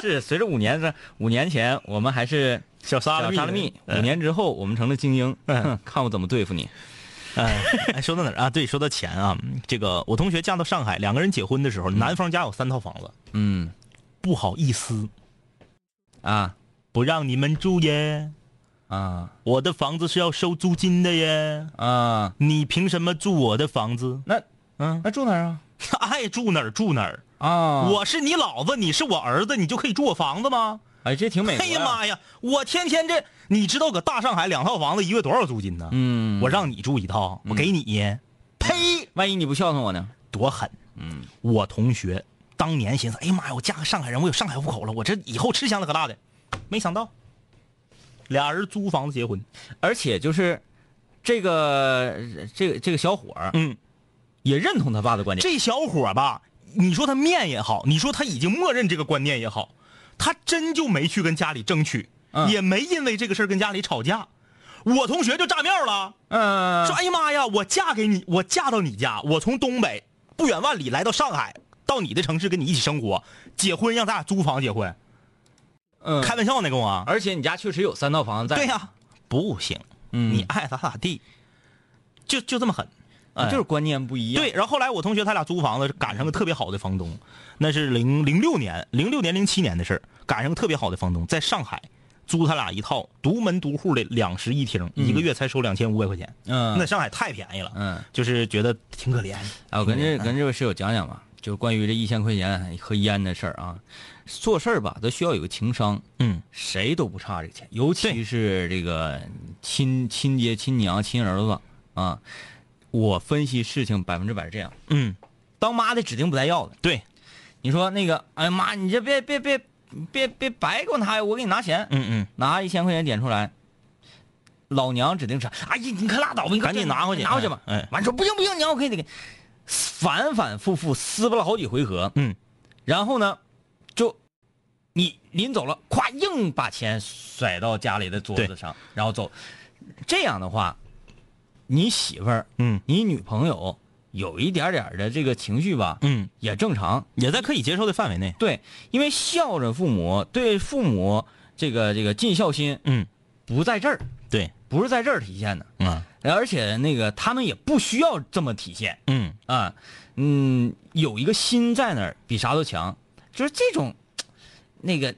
Speaker 3: 是随着五年的五年前，我们还是
Speaker 4: 小沙
Speaker 3: 小
Speaker 4: 拉
Speaker 3: 沙拉蜜，
Speaker 4: 嗯
Speaker 3: 五年之后我们成了精英，
Speaker 4: 嗯
Speaker 3: 哼看我怎么对付你。
Speaker 4: 哎，说到哪儿啊？对，说到钱啊，这个我同学嫁到上海，两个人结婚的时候，男方家有三套房子，
Speaker 3: 嗯
Speaker 4: 不好意思，
Speaker 3: 啊
Speaker 4: 不让你们住耶，
Speaker 3: 啊
Speaker 4: 我的房子是要收租金的耶。
Speaker 3: 啊！
Speaker 4: 你凭什么住我的房子？
Speaker 3: 那
Speaker 4: 嗯，
Speaker 3: 那住哪儿啊？
Speaker 4: 爱住哪儿住哪儿。
Speaker 3: 啊，
Speaker 4: 我是你老子，你是我儿子，你就可以住我房子吗？
Speaker 3: 哎，这挺美国
Speaker 4: 哎呀妈呀，我天天这，你知道搁大上海两套房子一月多少租金呢？
Speaker 3: 嗯，
Speaker 4: 我让你住一套，我给你，呸，
Speaker 3: 万一你不孝顺我呢？
Speaker 4: 多狠！嗯，我同学当年寻思，哎呀妈呀，我嫁个上海人，我有上海户口了，我这以后吃香的喝辣的，没想到俩人租房子结婚，
Speaker 3: 而且就是这个这个这个小伙儿
Speaker 4: 嗯，
Speaker 3: 也认同他爸的观点，
Speaker 4: 这小伙儿吧，你说他面也好，你说他已经默认这个观念也好，他真就没去跟家里争取，
Speaker 3: 嗯
Speaker 4: 也没因为这个事儿跟家里吵架。我同学就炸庙了，
Speaker 3: 嗯
Speaker 4: 说：“哎呀妈呀，我嫁给你，我嫁到你家，我从东北不远万里来到上海，到你的城市跟你一起生活，结婚让咱俩租房结婚，
Speaker 3: 嗯，
Speaker 4: 开玩笑呢，跟我。
Speaker 3: 而且你家确实有三套房子在，
Speaker 4: 对呀、不行，
Speaker 3: 嗯
Speaker 4: 你爱咋咋地，就就这么狠。”
Speaker 3: 啊，就是观念不一样，
Speaker 4: 对，，然后后来我同学他俩租房子，赶上个特别好的房东，那是零零六年、零六年、零七年的事儿，赶上个特别好的房东，在上海租他俩一套独门独户的两室一厅，一个月才收两千五百块钱，
Speaker 3: 嗯，
Speaker 4: 那上海太便宜了，
Speaker 3: 嗯，
Speaker 4: 就是觉得挺可怜。
Speaker 3: 啊，我跟这跟这位室友讲讲吧，就是关于这一千块钱和烟的事儿啊，做事儿吧，都需要有个情商，
Speaker 4: 嗯，
Speaker 3: 谁都不差这个钱，尤其是这个亲亲爹、亲娘、亲儿子啊。我分析事情百分之百是这样，
Speaker 4: 嗯，
Speaker 3: 当妈的指定不带要的。
Speaker 4: 对，
Speaker 3: 你说那个，哎妈，你这别别别别别白给我拿，我给你拿钱，
Speaker 4: 嗯嗯，
Speaker 3: 拿一千块钱点出来，老娘指定是，哎呀，你可拉倒吧，你可
Speaker 4: 赶紧拿回去
Speaker 3: 拿回去吧。
Speaker 4: 哎哎
Speaker 3: 完说不行不行，娘我给你给，反反复复撕巴了好几回合，
Speaker 4: 嗯，
Speaker 3: 然后呢，就你临走了，咵硬把钱甩到家里的桌子
Speaker 4: 对
Speaker 3: 上，然后走，这样的话，你媳妇儿，
Speaker 4: 嗯
Speaker 3: 你女朋友有一点点儿的这个情绪吧，
Speaker 4: 嗯，
Speaker 3: 也正常，
Speaker 4: 也在可以接受的范围内。
Speaker 3: 对，因为孝顺父母，对父母这个这个尽孝心
Speaker 4: 嗯，
Speaker 3: 不在这儿，
Speaker 4: 对，
Speaker 3: 不是在这儿体现的，
Speaker 4: 嗯
Speaker 3: 而且那个他们也不需要这么体现
Speaker 4: 嗯，
Speaker 3: 啊，嗯，有一个心在那儿比啥都强，就是这种，那个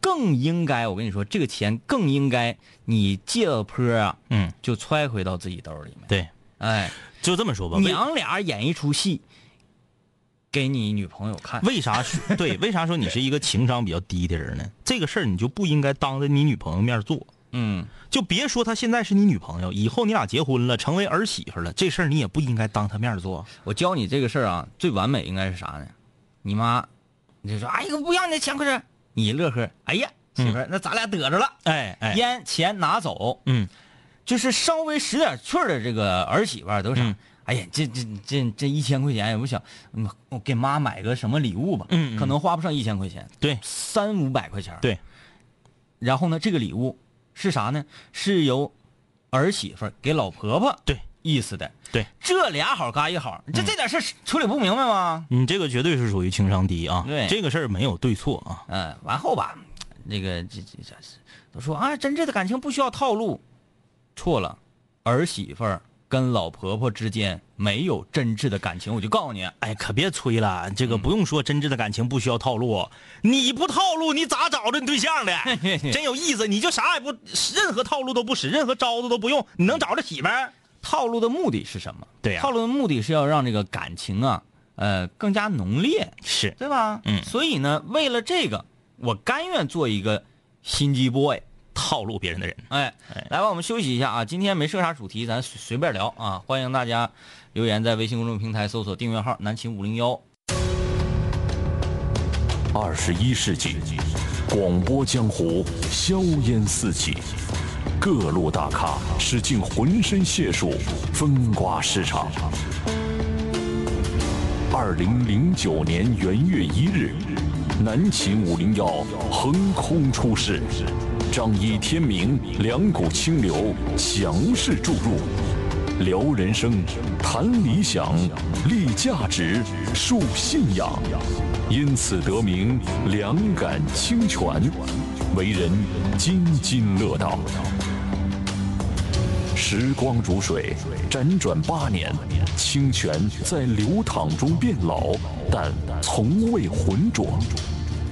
Speaker 3: 更应该，我跟你说，这个钱更应该你借了坡啊，
Speaker 4: 嗯，
Speaker 3: 就揣回到自己兜里面，
Speaker 4: 对，
Speaker 3: 哎，
Speaker 4: 就这么说吧。为
Speaker 3: 娘俩演一出戏，给你女朋友 看，
Speaker 4: 为啥说对？为啥说你是一个情商比较低的人呢？这个事儿你就不应该当着你女朋友面做。
Speaker 3: 嗯。
Speaker 4: 就别说她现在是你女朋友，以后你俩结婚了，成为儿媳妇了，这事儿你也不应该当她面做。
Speaker 3: 我教你这个事儿啊，最完美应该是啥呢？你妈，你就说，哎呀，我不要你的钱，快点！你乐呵，哎呀，媳妇儿，那咱俩得着了，
Speaker 4: 哎嗯哎，
Speaker 3: 烟钱拿走，
Speaker 4: 嗯，
Speaker 3: 就是稍微使点趣儿的这个儿媳妇儿都是啥，
Speaker 4: 嗯
Speaker 3: 哎呀，这这这这一千块钱，也不想，嗯我给妈买个什么礼物吧，
Speaker 4: 嗯嗯
Speaker 3: 可能花不上一千块钱，
Speaker 4: 对
Speaker 3: 三五百块钱，
Speaker 4: 对。
Speaker 3: 然后呢，这个礼物是啥呢？是由儿媳妇儿给老婆婆
Speaker 4: 对
Speaker 3: 意思的，
Speaker 4: 对，嗯
Speaker 3: 这俩好嘎一好，这这点事儿处理不明白吗？
Speaker 4: 你这个绝对是属于情商低啊。
Speaker 3: 对
Speaker 4: 这个事儿没有对错啊。
Speaker 3: 嗯，完后吧，那个这这这都说啊，真挚的感情不需要套路，错了，儿媳妇儿跟老婆婆之间没有真挚的感情，我就告诉你，
Speaker 4: 哎，可别吹了，这个不用说，真挚的感情不需要套路。啊你不套路，你咋找着你对象的？ 真有意思，你就啥也不，任何套路都不使，任何招子都不用，你能找着媳妇儿？
Speaker 3: 套路的目的是什么？
Speaker 4: 对呀
Speaker 3: 套路的目的是要让这个感情啊，呃，更加浓烈，
Speaker 4: 是，
Speaker 3: 对吧？
Speaker 4: 嗯
Speaker 3: 所以呢，为了这个，我甘愿做一个心机 boy。
Speaker 4: 套路别人的人。
Speaker 3: 哎，来吧，我们休息一下啊。今天没设啥主题，咱随随便聊啊。欢迎大家留言，在微信公众平台搜索订阅号“南秦五零幺
Speaker 2: 二十一世纪，广播江湖硝烟四起，各路大咖使尽浑身解数风刮市场。二零零九年元月一日，南秦五零幺横空出世，仗义天明，两股清流强势注入，聊人生，谈理想，立价值，树信仰。因此得名“两感清泉”，为人津津乐道。时光如水，辗转八年，清泉在流淌中变老，但从未浑浊。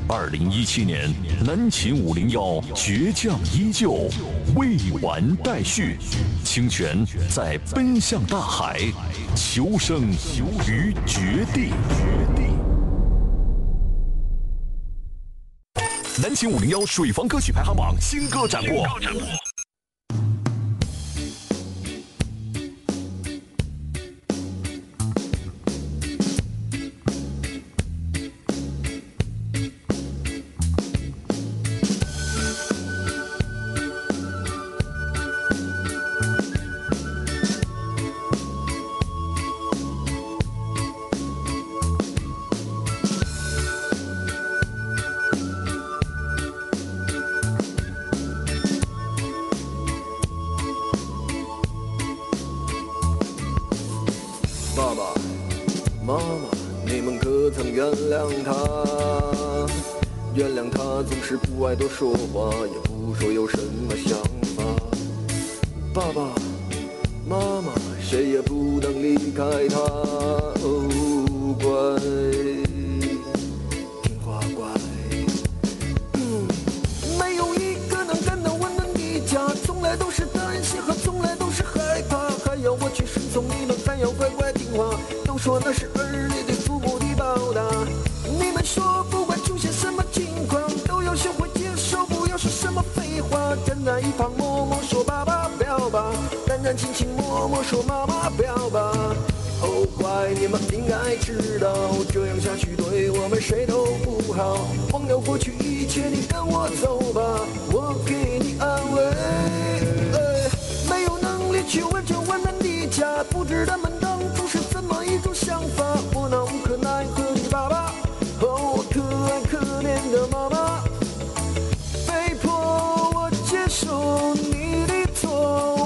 Speaker 2: 二零一七年，南秦五零幺倔强依旧，未完待续。清泉在奔向大海，求生于绝地。南秦五零幺水房歌曲排行榜新歌展播。
Speaker 5: 原谅他，原谅他总是不爱多说话，也不说有什么想法。爸爸妈妈，谁也不能离开他。哦，乖，听话乖。没有一个能感到温暖的家，从来都是担心和从来都是害怕，还要我去顺从你们，还要乖乖听话。都说那是儿女对父母的报答，你们说不管出现什么情况，都要学会接受，不要说什么废话。站在一旁默默说爸爸不要吧，淡淡轻轻默默说妈妈不要吧。哦，乖，你们应该知道，这样下去对我们谁都不好。忘掉过去一切，你跟我走吧，我给你安慰。哎没有能力去完全完满的家，不知他们当初是怎么一种想法。我那无可奈何的爸爸，和我可爱可怜的妈妈。被迫我接受你的错，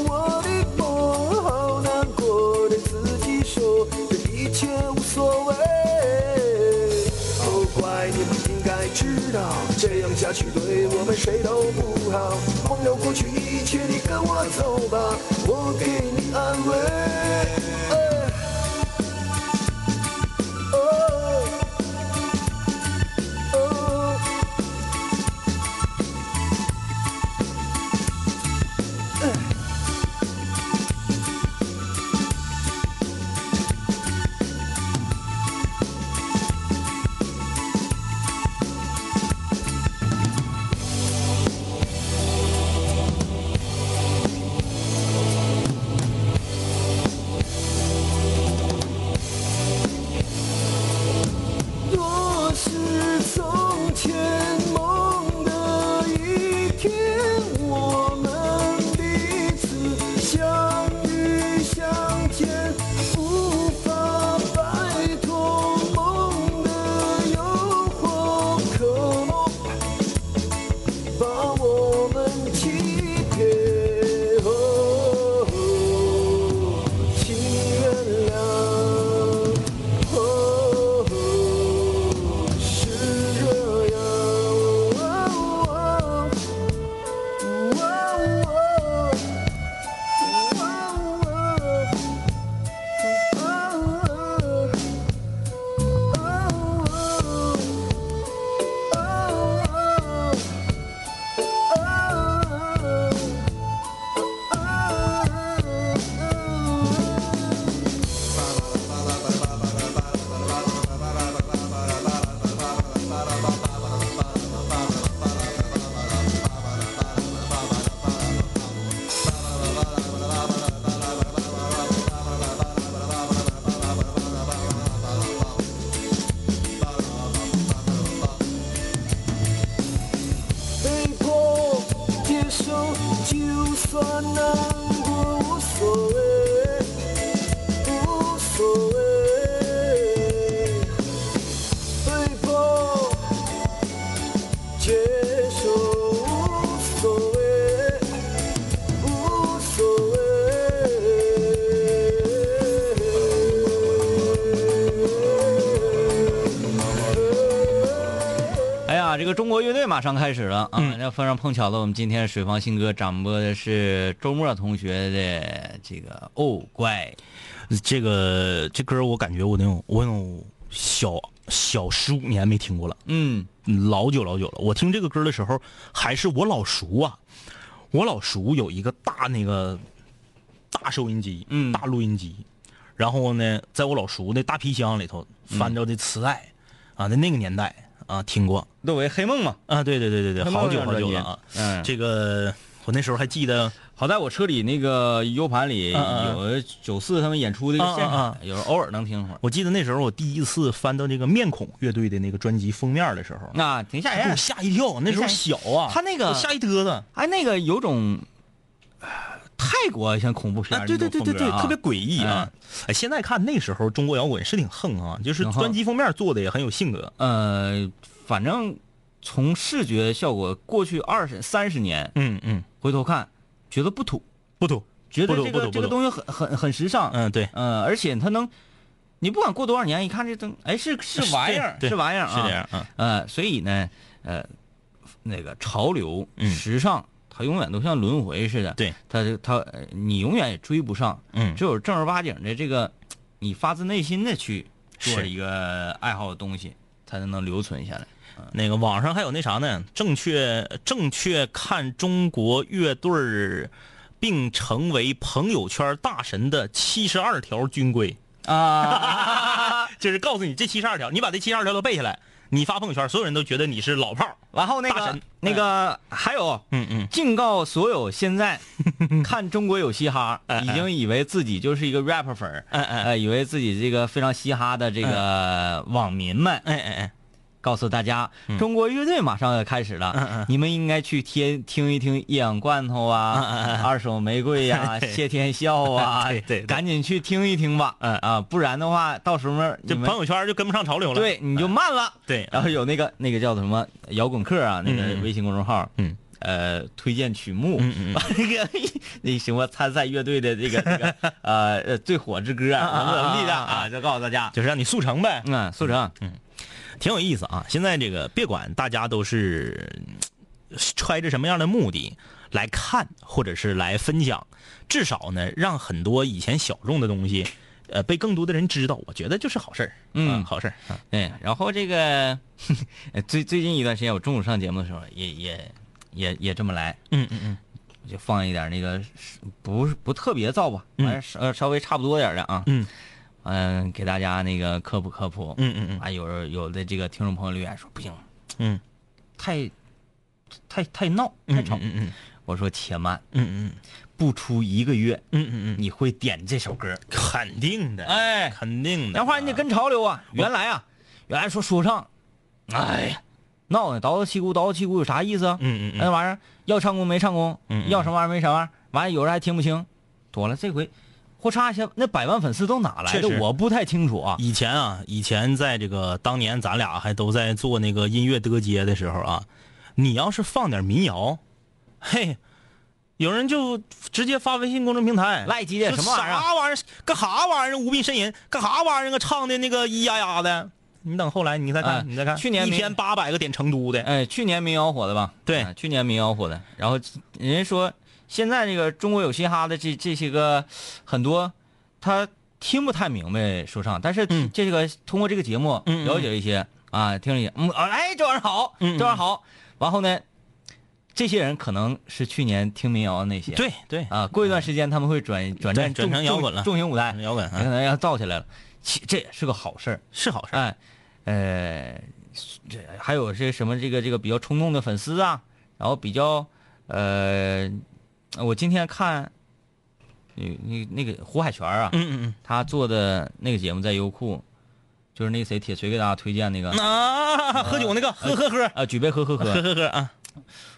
Speaker 5: 我的梦，好难过，对自己说这一切无所谓。哦，乖，你们应该知道，这样下去对我们谁都不好。忘掉过去一切，你跟我走吧，我给你安慰。哦哦。若是从前梦的一天，我们彼此相遇相见，无法摆脱梦的诱惑，可梦把我们欺骗。哦，请原谅。哦，是这样。哦哦哦被迫接受，就算难过无所谓，无所谓。被迫接受，无所谓，无所谓。
Speaker 3: 哎呀，这个中国乐队马上开始了啊！
Speaker 4: 嗯
Speaker 3: 那非常碰巧了，我们今天水房新歌展播的是周末同学的这个哦乖，
Speaker 4: 这个这歌我感觉我那种我那种小小十五年没听过了，
Speaker 3: 嗯，
Speaker 4: 老久老久了。我听这个歌的时候，还是我老叔啊，我老叔有一个大那个大收音机，
Speaker 3: 嗯
Speaker 4: 大录音机。然后呢，在我老叔那大皮箱里头
Speaker 3: 嗯
Speaker 4: 翻着的磁带，啊，在那个年代啊听过
Speaker 3: 窦唯黑梦嘛，
Speaker 4: 啊，对对对对对，
Speaker 3: 黑猫
Speaker 4: 好
Speaker 3: 那
Speaker 4: 久
Speaker 3: 张
Speaker 4: 好久了
Speaker 3: 专辑
Speaker 4: 啊。
Speaker 3: 嗯
Speaker 4: 这个我那时候还记得，
Speaker 3: 好在我车里那个 U 盘里
Speaker 4: 嗯嗯
Speaker 3: 有九四他们演出的现
Speaker 4: 嗯
Speaker 3: 场
Speaker 4: 嗯，
Speaker 3: 有时候偶尔能听会儿，
Speaker 4: 我记得那时候我第一次翻到这个面孔乐队的那个专辑封面的时候，
Speaker 3: 那挺吓
Speaker 4: 给
Speaker 3: 人
Speaker 4: 我。哎吓一跳，那时啊候小啊，
Speaker 3: 他那个
Speaker 4: 我吓一嘚瑟
Speaker 3: 哎，那个有种呃泰国像恐怖片儿
Speaker 4: 对对
Speaker 3: 那种
Speaker 4: 对对
Speaker 3: 风
Speaker 4: 对
Speaker 3: 格，啊
Speaker 4: 特别诡异啊！哎，现在看那时候中国摇滚是挺横啊，就是
Speaker 3: 挺横
Speaker 4: 专辑封面做的也很有性格。
Speaker 3: 呃，反正从视觉效果，过去二十三十年
Speaker 4: 嗯嗯，
Speaker 3: 回头看，觉得不土，
Speaker 4: 不土，
Speaker 3: 觉得
Speaker 4: 不土
Speaker 3: 这
Speaker 4: 不
Speaker 3: 个
Speaker 4: 土
Speaker 3: 这
Speaker 4: 不
Speaker 3: 个
Speaker 4: 土。
Speaker 3: 东西很很很时尚，
Speaker 4: 嗯，对，
Speaker 3: 呃，而且它能你不管过多少年，一看这东，哎，是是玩意儿，
Speaker 4: 对
Speaker 3: 是玩意儿啊，
Speaker 4: 是这样嗯
Speaker 3: 呃，所以呢，呃，那个潮流、
Speaker 4: 嗯
Speaker 3: 时尚，它永远都像轮回似的，
Speaker 4: 对，
Speaker 3: 它它呃你永远也追不上，
Speaker 4: 嗯
Speaker 3: 只有正儿八经的这个，你发自内心的去做
Speaker 4: 是
Speaker 3: 一个爱好的东西，才能留存下来。
Speaker 4: 那个网上还有那啥呢？正确正确看中国乐队儿，并成为朋友圈大神的七十二条军规，
Speaker 3: 啊，
Speaker 4: 就是告诉你这七十二条，你把这七十二条都背下来，你发朋友圈，所有人都觉得你是老炮儿。
Speaker 3: 然后那
Speaker 4: 大
Speaker 3: 个
Speaker 4: 神
Speaker 3: 那个还有，
Speaker 4: 嗯嗯，
Speaker 3: 敬告所有现 在看《中国有嘻哈》已经以为自己就是一个 rap 粉儿，
Speaker 4: 哎哎
Speaker 3: 呃，以为自己这个非常嘻哈的这个网民们，
Speaker 4: 哎哎嗯哎，，
Speaker 3: 告诉大家，中国乐队马上要开始了，你们应该去听听一听一氧罐头啊、二手玫瑰呀、谢天笑啊
Speaker 4: 嗯 对对对
Speaker 3: 赶紧去听一听吧，啊，不然的话，到时候你
Speaker 4: 这
Speaker 3: 们
Speaker 4: 朋友圈就跟不上潮流了。
Speaker 3: 对，你就慢了。
Speaker 4: 对
Speaker 3: 然后有那个那个叫做什么摇滚课啊，那
Speaker 4: 嗯嗯
Speaker 3: 个微信公众号，
Speaker 4: 嗯，
Speaker 3: 呃，推荐曲目，
Speaker 4: 嗯嗯 嗯
Speaker 3: 把那个那什么参赛乐队的这个这个呃呃最火之歌啊，怎么怎么地的
Speaker 4: 啊啊啊
Speaker 3: 啊，就告诉大家，
Speaker 4: 就是让你速成呗。
Speaker 3: 嗯，速成，
Speaker 4: 挺有意思啊。现在这个别管大家都是嗯揣着什么样的目的来看，或者是来分享，至少呢，让很多以前小众的东西，呃，被更多的人知道，我觉得就是好事儿。
Speaker 3: 嗯
Speaker 4: 啊好事儿。啊
Speaker 3: 对，然后这个呃最最近一段时间，我中午上节目的时候也也也也这么来，
Speaker 4: 嗯嗯嗯
Speaker 3: 我就放一点那个不是不特别燥吧，
Speaker 4: 嗯
Speaker 3: 完事儿呃稍微差不多点儿的啊，
Speaker 4: 嗯
Speaker 3: 嗯，给大家那个科普科普，
Speaker 4: 嗯嗯
Speaker 3: 啊，有人有的这个听众朋友留言说不行，
Speaker 4: 嗯
Speaker 3: 太太太闹
Speaker 4: 嗯，
Speaker 3: 太吵。
Speaker 4: 嗯嗯
Speaker 3: 我说且慢，
Speaker 4: 嗯嗯
Speaker 3: 不出一个月，
Speaker 4: 嗯嗯嗯，
Speaker 3: 你会点这首歌。
Speaker 4: 肯定的，
Speaker 3: 哎
Speaker 4: 肯定的。
Speaker 3: 杨花，你得跟潮流啊！原来啊，原来说说唱，哎呀，闹呢，倒子气鼓，倒子气鼓有啥意思啊？
Speaker 4: 嗯嗯
Speaker 3: 那玩意儿要唱功没唱功
Speaker 4: 嗯嗯，
Speaker 3: 要什么玩意儿没什么玩意儿，完了有人还听不清，妥了，这回。呼嚓一下，那百万粉丝都哪来
Speaker 4: 确
Speaker 3: 的
Speaker 4: 实？
Speaker 3: 我不太清楚啊。
Speaker 4: 以前啊，以前在这个当年咱俩还都在做那个音乐的街的时候啊，你要是放点民谣，嘿，有人就直接发微信公众平台
Speaker 3: 赖鸡的
Speaker 4: 说
Speaker 3: 什么玩意儿啊
Speaker 4: 啥玩意儿？干啥玩意儿？无病呻吟，干啥玩意儿啊？唱的那个咿呀呀的。你等后来你再看，
Speaker 3: 哎
Speaker 4: 你再看，
Speaker 3: 去年
Speaker 4: 一
Speaker 3: 民
Speaker 4: 天八百个点成都的，
Speaker 3: 哎，去年民谣火的吧？
Speaker 4: 对
Speaker 3: 啊去年民谣火的。然后人家说，现在这个中国有嘻哈的这这些个很多，他听不太明白说唱，但是
Speaker 4: 嗯
Speaker 3: 这个、通过这个节目
Speaker 4: 嗯嗯
Speaker 3: 了解一些、啊，听了一些，嗯，啊哎，这玩意儿好，
Speaker 4: 嗯嗯
Speaker 3: 这玩意儿好。然后呢，这些人可能是去年听民谣的那些，
Speaker 4: 对对，
Speaker 3: 啊，过一段时间他们会转转
Speaker 4: 对
Speaker 3: 战
Speaker 4: 转
Speaker 3: 重
Speaker 4: 成摇滚了
Speaker 3: 重重型舞台，
Speaker 4: 摇滚
Speaker 3: 可
Speaker 4: 啊
Speaker 3: 能要造起来了，其这也是个好事儿。
Speaker 4: 是好事儿。
Speaker 3: 哎，呃，这还有这什么这个这个比较冲动的粉丝啊，然后比较呃，我今天看，那那那个胡海泉啊，
Speaker 4: 嗯嗯
Speaker 3: 他做的那个节目在优酷，就是那个谁铁锤给大家推荐那个
Speaker 4: 嗯，啊，喝酒那个，喝喝喝
Speaker 3: 啊，举杯喝喝
Speaker 4: 喝
Speaker 3: 喝，
Speaker 4: 喝喝啊，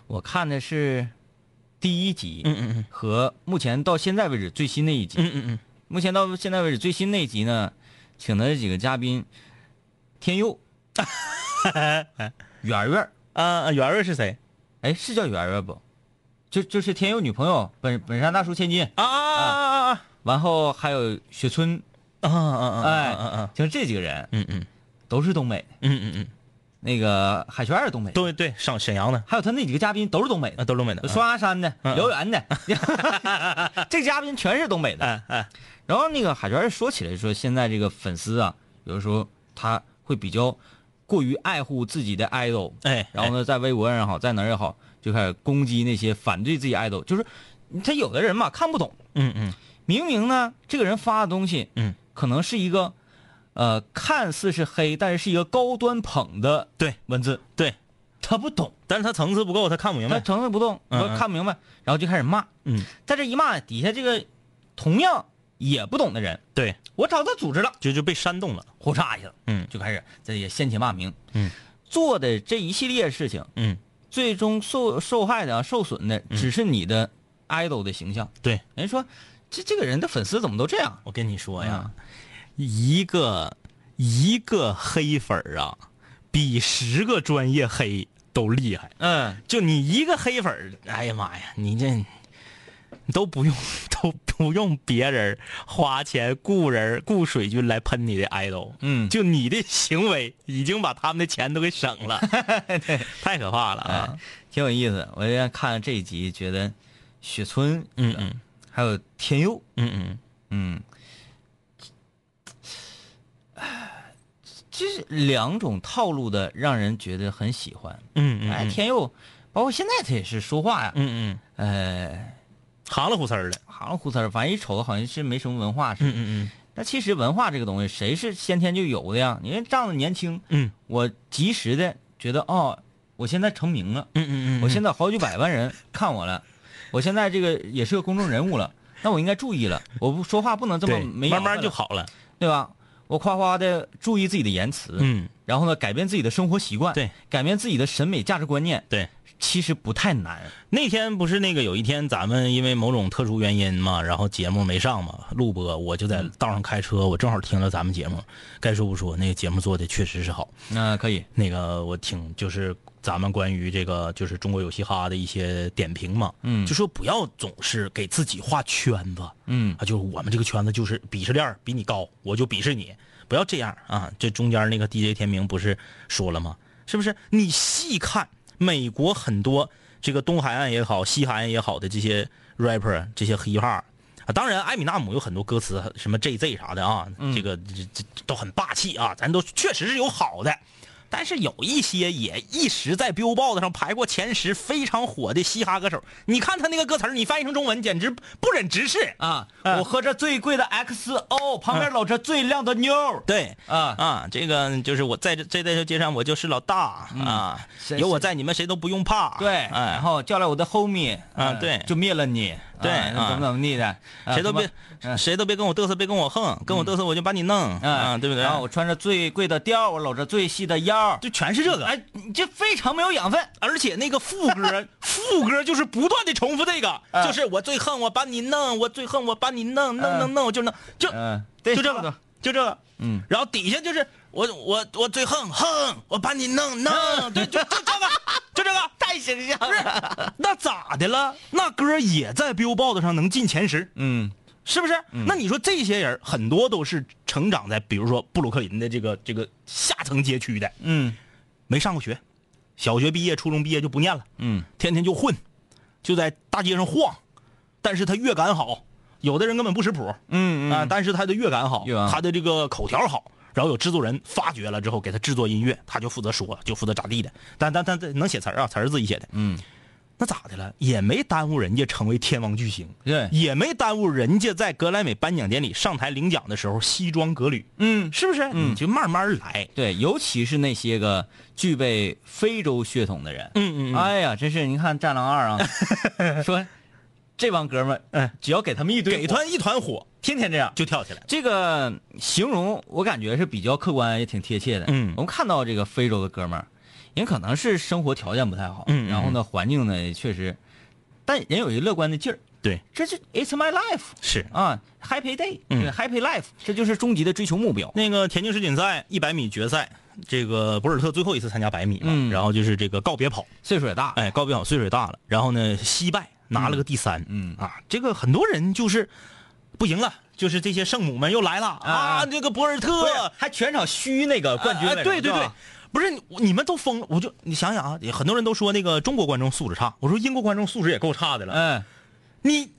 Speaker 3: 我看的是第一集，
Speaker 4: 嗯嗯嗯
Speaker 3: 和目前到现在为止最新的一集，
Speaker 4: 嗯嗯嗯，
Speaker 3: 目前到现在为止最新那一集呢，请的这几个嘉宾，天佑、 圆圆儿，
Speaker 4: 啊，圆圆是谁？
Speaker 3: 哎，是叫圆圆不？就就是天佑女朋友本本山大叔千金，
Speaker 4: 啊啊啊
Speaker 3: 完后还有雪村，
Speaker 4: 啊啊！
Speaker 3: 哎，
Speaker 4: 啊
Speaker 3: 就是这几个人
Speaker 4: 嗯嗯
Speaker 3: 都是东北的，
Speaker 4: 嗯嗯嗯，
Speaker 3: 那个海泉也是东北的，
Speaker 4: 对对，上沈阳的
Speaker 3: 还有他那几个嘉宾都是东北
Speaker 4: 啊，
Speaker 3: 的，
Speaker 4: 都是东北的。
Speaker 3: 双鸭山的、
Speaker 4: 嗯
Speaker 3: 辽 源的，这嘉宾全是东北的。
Speaker 4: 哎哎，
Speaker 3: 然后那个海泉说起来说，现在这个粉丝啊，有的时候他会比较过于爱护自己的 idol，
Speaker 4: 哎
Speaker 3: 然后呢，在微博上也好，在哪儿也好，就开始攻击那些反对自己 idol，就是他有的人嘛看不懂，
Speaker 4: 嗯嗯
Speaker 3: 明明呢这个人发的东西，
Speaker 4: 嗯，
Speaker 3: 可能是一个呃看似是黑，但是是一个高端捧的
Speaker 4: 对
Speaker 3: 文字，
Speaker 4: 对，
Speaker 3: 他不懂，
Speaker 4: 但是他层次不够，他看不明
Speaker 3: 他
Speaker 4: 白。
Speaker 3: 成分不动，
Speaker 4: 嗯
Speaker 3: 我
Speaker 4: 嗯
Speaker 3: 看不明白，然后就开始骂，
Speaker 4: 嗯，
Speaker 3: 在这一骂底下这个同样也不懂的人，
Speaker 4: 对，
Speaker 3: 我找到组织了。
Speaker 4: 就就被煽动了。
Speaker 3: 呼嚓一下，
Speaker 4: 嗯
Speaker 3: 就开始这也掀起骂名，
Speaker 4: 嗯，
Speaker 3: 做的这一系列事情，
Speaker 4: 嗯，
Speaker 3: 最终受受害的、受损的只是你的 idol 的形象。
Speaker 4: 对
Speaker 3: 人家说，这这个人的粉丝怎么都这样？哎
Speaker 4: 我跟你说哎呀，一个一个黑粉儿啊，比十个专业黑都厉害。
Speaker 3: 嗯，
Speaker 4: 就你一个黑粉儿，哎呀妈呀，你这都不用都不用别人花钱雇人雇水军来喷你的 idol，
Speaker 3: 嗯
Speaker 4: 就你的行为已经把他们的钱都给省了，太可怕了啊！
Speaker 3: 挺有意思。我今天看了这一集，觉得雪村，
Speaker 4: 嗯嗯
Speaker 3: 还有天佑，
Speaker 4: 嗯嗯，
Speaker 3: 嗯，这是两种套路的，让人觉得很喜欢。
Speaker 4: 嗯嗯
Speaker 3: 哎，天佑，包括现在他也是说话呀，
Speaker 4: 嗯嗯，
Speaker 3: 呃，
Speaker 4: 行了胡丝儿的，
Speaker 3: 好像胡丝儿，反正一瞅好像是没什么文化似的。
Speaker 4: 嗯嗯
Speaker 3: 但其实文化这个东西，谁是先天就有的呀？你看仗着年轻，
Speaker 4: 嗯
Speaker 3: 我及时的觉得哦，我现在成名了，
Speaker 4: 嗯嗯嗯，
Speaker 3: 我现在好几百万人看我了，我现在这个也是个公众人物了，那我应该注意了，我不说话不能这么
Speaker 4: 对
Speaker 3: 没
Speaker 4: 慢
Speaker 3: 养分
Speaker 4: 慢
Speaker 3: 了
Speaker 4: 就好了，
Speaker 3: 对吧？我夸夸的注意自己的言辞，
Speaker 4: 嗯，
Speaker 3: 然后呢，改变自己的生活习惯，
Speaker 4: 对，
Speaker 3: 改变自己的审美价值观念，
Speaker 4: 对。
Speaker 3: 其实不太难。
Speaker 4: 那天不是那个有一天咱们因为某种特殊原因嘛，然后节目没上嘛，录播我就在道上开车，我正好听了咱们节目，该说不说，那个节目做的确实是好。
Speaker 3: 那、可以，
Speaker 4: 那个我挺就是咱们关于这个就是中国有嘻哈的一些点评嘛，
Speaker 3: 嗯
Speaker 4: 就说不要总是给自己画圈子，
Speaker 3: 嗯
Speaker 4: 啊，就是我们这个圈子就是鄙视链儿比你高，我就鄙视你，不要这样啊！这中间那个 DJ 天明不是说了吗？是不是？你细看美国很多这个东海岸也好，西海岸也好的这些 rapper 这些 hiphop 啊，当然艾米纳姆有很多歌词什么 JZ 啥的啊，
Speaker 3: 嗯
Speaker 4: 这个这这这都很霸气啊，咱都确实是有好的。但是有一些也一时在 Billboard 上排过前十非常火的嘻哈歌手，你看他那个歌词儿你翻译成中文简直不忍直视
Speaker 3: 啊，
Speaker 4: 嗯
Speaker 3: 我喝着最贵的 XO，旁边搂着最靓的妞儿，
Speaker 4: 对
Speaker 3: 啊
Speaker 4: 啊，这个就是我在这在这条街上我就是老大、啊
Speaker 3: 谁，
Speaker 4: 有我
Speaker 3: 谁
Speaker 4: 在你们谁都不用怕。
Speaker 3: 嗯对，然
Speaker 4: 哎，
Speaker 3: 后叫来我的 homie，
Speaker 4: 啊
Speaker 3: 嗯
Speaker 4: 对
Speaker 3: 就灭了你，
Speaker 4: 对
Speaker 3: 啊
Speaker 4: 啊
Speaker 3: 怎么怎么地的，啊
Speaker 4: 谁都别
Speaker 3: 什么嗯
Speaker 4: 谁都别跟我嘚瑟，别跟我横，跟我嘚瑟我就把你弄、啊，对不对？
Speaker 3: 然后我穿着最贵的貂，我搂着最细的腰，
Speaker 4: 就全是这个，
Speaker 3: 哎，你这非常没有养分。
Speaker 4: 而且那个副歌，副歌就是不断的重复这个，
Speaker 3: 嗯
Speaker 4: 就是我最恨我把你弄，我最恨我把你弄弄
Speaker 3: 嗯
Speaker 4: 弄弄，我就弄就
Speaker 3: 嗯，对，
Speaker 4: 就这
Speaker 3: 差不
Speaker 4: 个
Speaker 3: 多，
Speaker 4: 就这个，
Speaker 3: 嗯，
Speaker 4: 然后底下就是我我我最恨恨，我把你弄弄，对，就就这 个，就这个。
Speaker 3: 嗯太形象
Speaker 4: 不是，那咋的了？那歌也在 Billboard 上能进前十，
Speaker 3: 嗯，
Speaker 4: 是不是？那你说这些人很多都是成长在，比如说布鲁克林的这个这个下层街区的，
Speaker 3: 嗯
Speaker 4: 没上过学，小学毕业、初中毕业就不念了，
Speaker 3: 嗯，
Speaker 4: 天天就混，就在大街上晃。但是他乐感好，有的人根本不识谱，
Speaker 3: 嗯嗯
Speaker 4: 啊，但是他的乐感好
Speaker 3: 乐感，好
Speaker 4: 他的这个口条好。然后有制作人发掘了之后，给他制作音乐，他就负责说，就负责咋地的。但但但能写词儿啊，词儿自己写的。
Speaker 3: 嗯，
Speaker 4: 那咋的了？也没耽误人家成为天王巨星，
Speaker 3: 对
Speaker 4: 也没耽误人家在格莱美颁奖典礼上台领奖的时候西装革履，
Speaker 3: 嗯，
Speaker 4: 是不是？你就慢慢来。
Speaker 3: 对，尤其是那些个具备非洲血统的人，
Speaker 4: 嗯嗯嗯
Speaker 3: 哎呀，真是你看《战狼 二》啊，说这帮哥们儿，
Speaker 4: 嗯，
Speaker 3: 只要给他们一堆火，
Speaker 4: 给团一团火，
Speaker 3: 天天这样。
Speaker 4: 就跳起来。
Speaker 3: 这个形容我感觉是比较客观，也挺贴切的。
Speaker 4: 嗯
Speaker 3: 我们看到这个非洲的哥们儿，人可能是生活条件不太好，
Speaker 4: 嗯嗯
Speaker 3: 然后呢环境呢也确实，但人有一乐观的劲儿，
Speaker 4: 对，
Speaker 3: 这就 It's my life
Speaker 4: 是
Speaker 3: 啊，Happy day，
Speaker 4: 嗯
Speaker 3: 对，Happy life，这就是终极的追求目标。
Speaker 4: 那个田径世锦赛一百米决赛，这个博尔特最后一次参加百米嘛，
Speaker 3: 嗯
Speaker 4: 然后就是这个告别跑，
Speaker 3: 岁数也大，
Speaker 4: 哎，告别跑岁数也大了，然后呢惜败拿了个第三，
Speaker 3: 嗯
Speaker 4: 啊，这个很多人就是不行了，就是这些圣母们又来了啊
Speaker 3: 啊
Speaker 4: 这个博尔
Speaker 3: 不是
Speaker 4: 特
Speaker 3: 还全场虚那个冠军
Speaker 4: 哎
Speaker 3: 来着、
Speaker 4: 哎对对
Speaker 3: 是
Speaker 4: 对
Speaker 3: 吧，
Speaker 4: 不是你你们都疯了，我就你想想啊，很多人都说那个中国观众素质差，我说英国观众素质也够差的了，
Speaker 3: 嗯，
Speaker 4: 你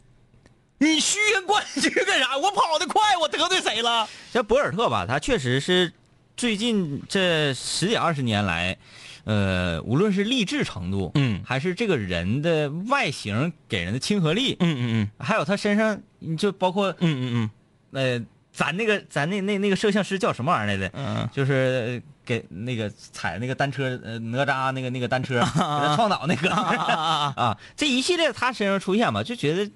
Speaker 4: 你虚个冠军干啥？我跑得快，我得罪谁了？
Speaker 3: 这博尔特吧，他确实是最近这十几二十年来，呃，无论是励志程度，
Speaker 4: 嗯
Speaker 3: 还是这个人的外形给人的亲和力，
Speaker 4: 嗯嗯
Speaker 3: 还有他身上，你就包括
Speaker 4: 嗯嗯嗯
Speaker 3: 呃，咱那个咱那那那个摄像师叫什么玩意儿来的？
Speaker 4: 嗯
Speaker 3: 就是呃给那个踩那个单车，呃，哪吒那个那个单车，给 他撞倒那个啊，这一系列他身上出现吧，就觉得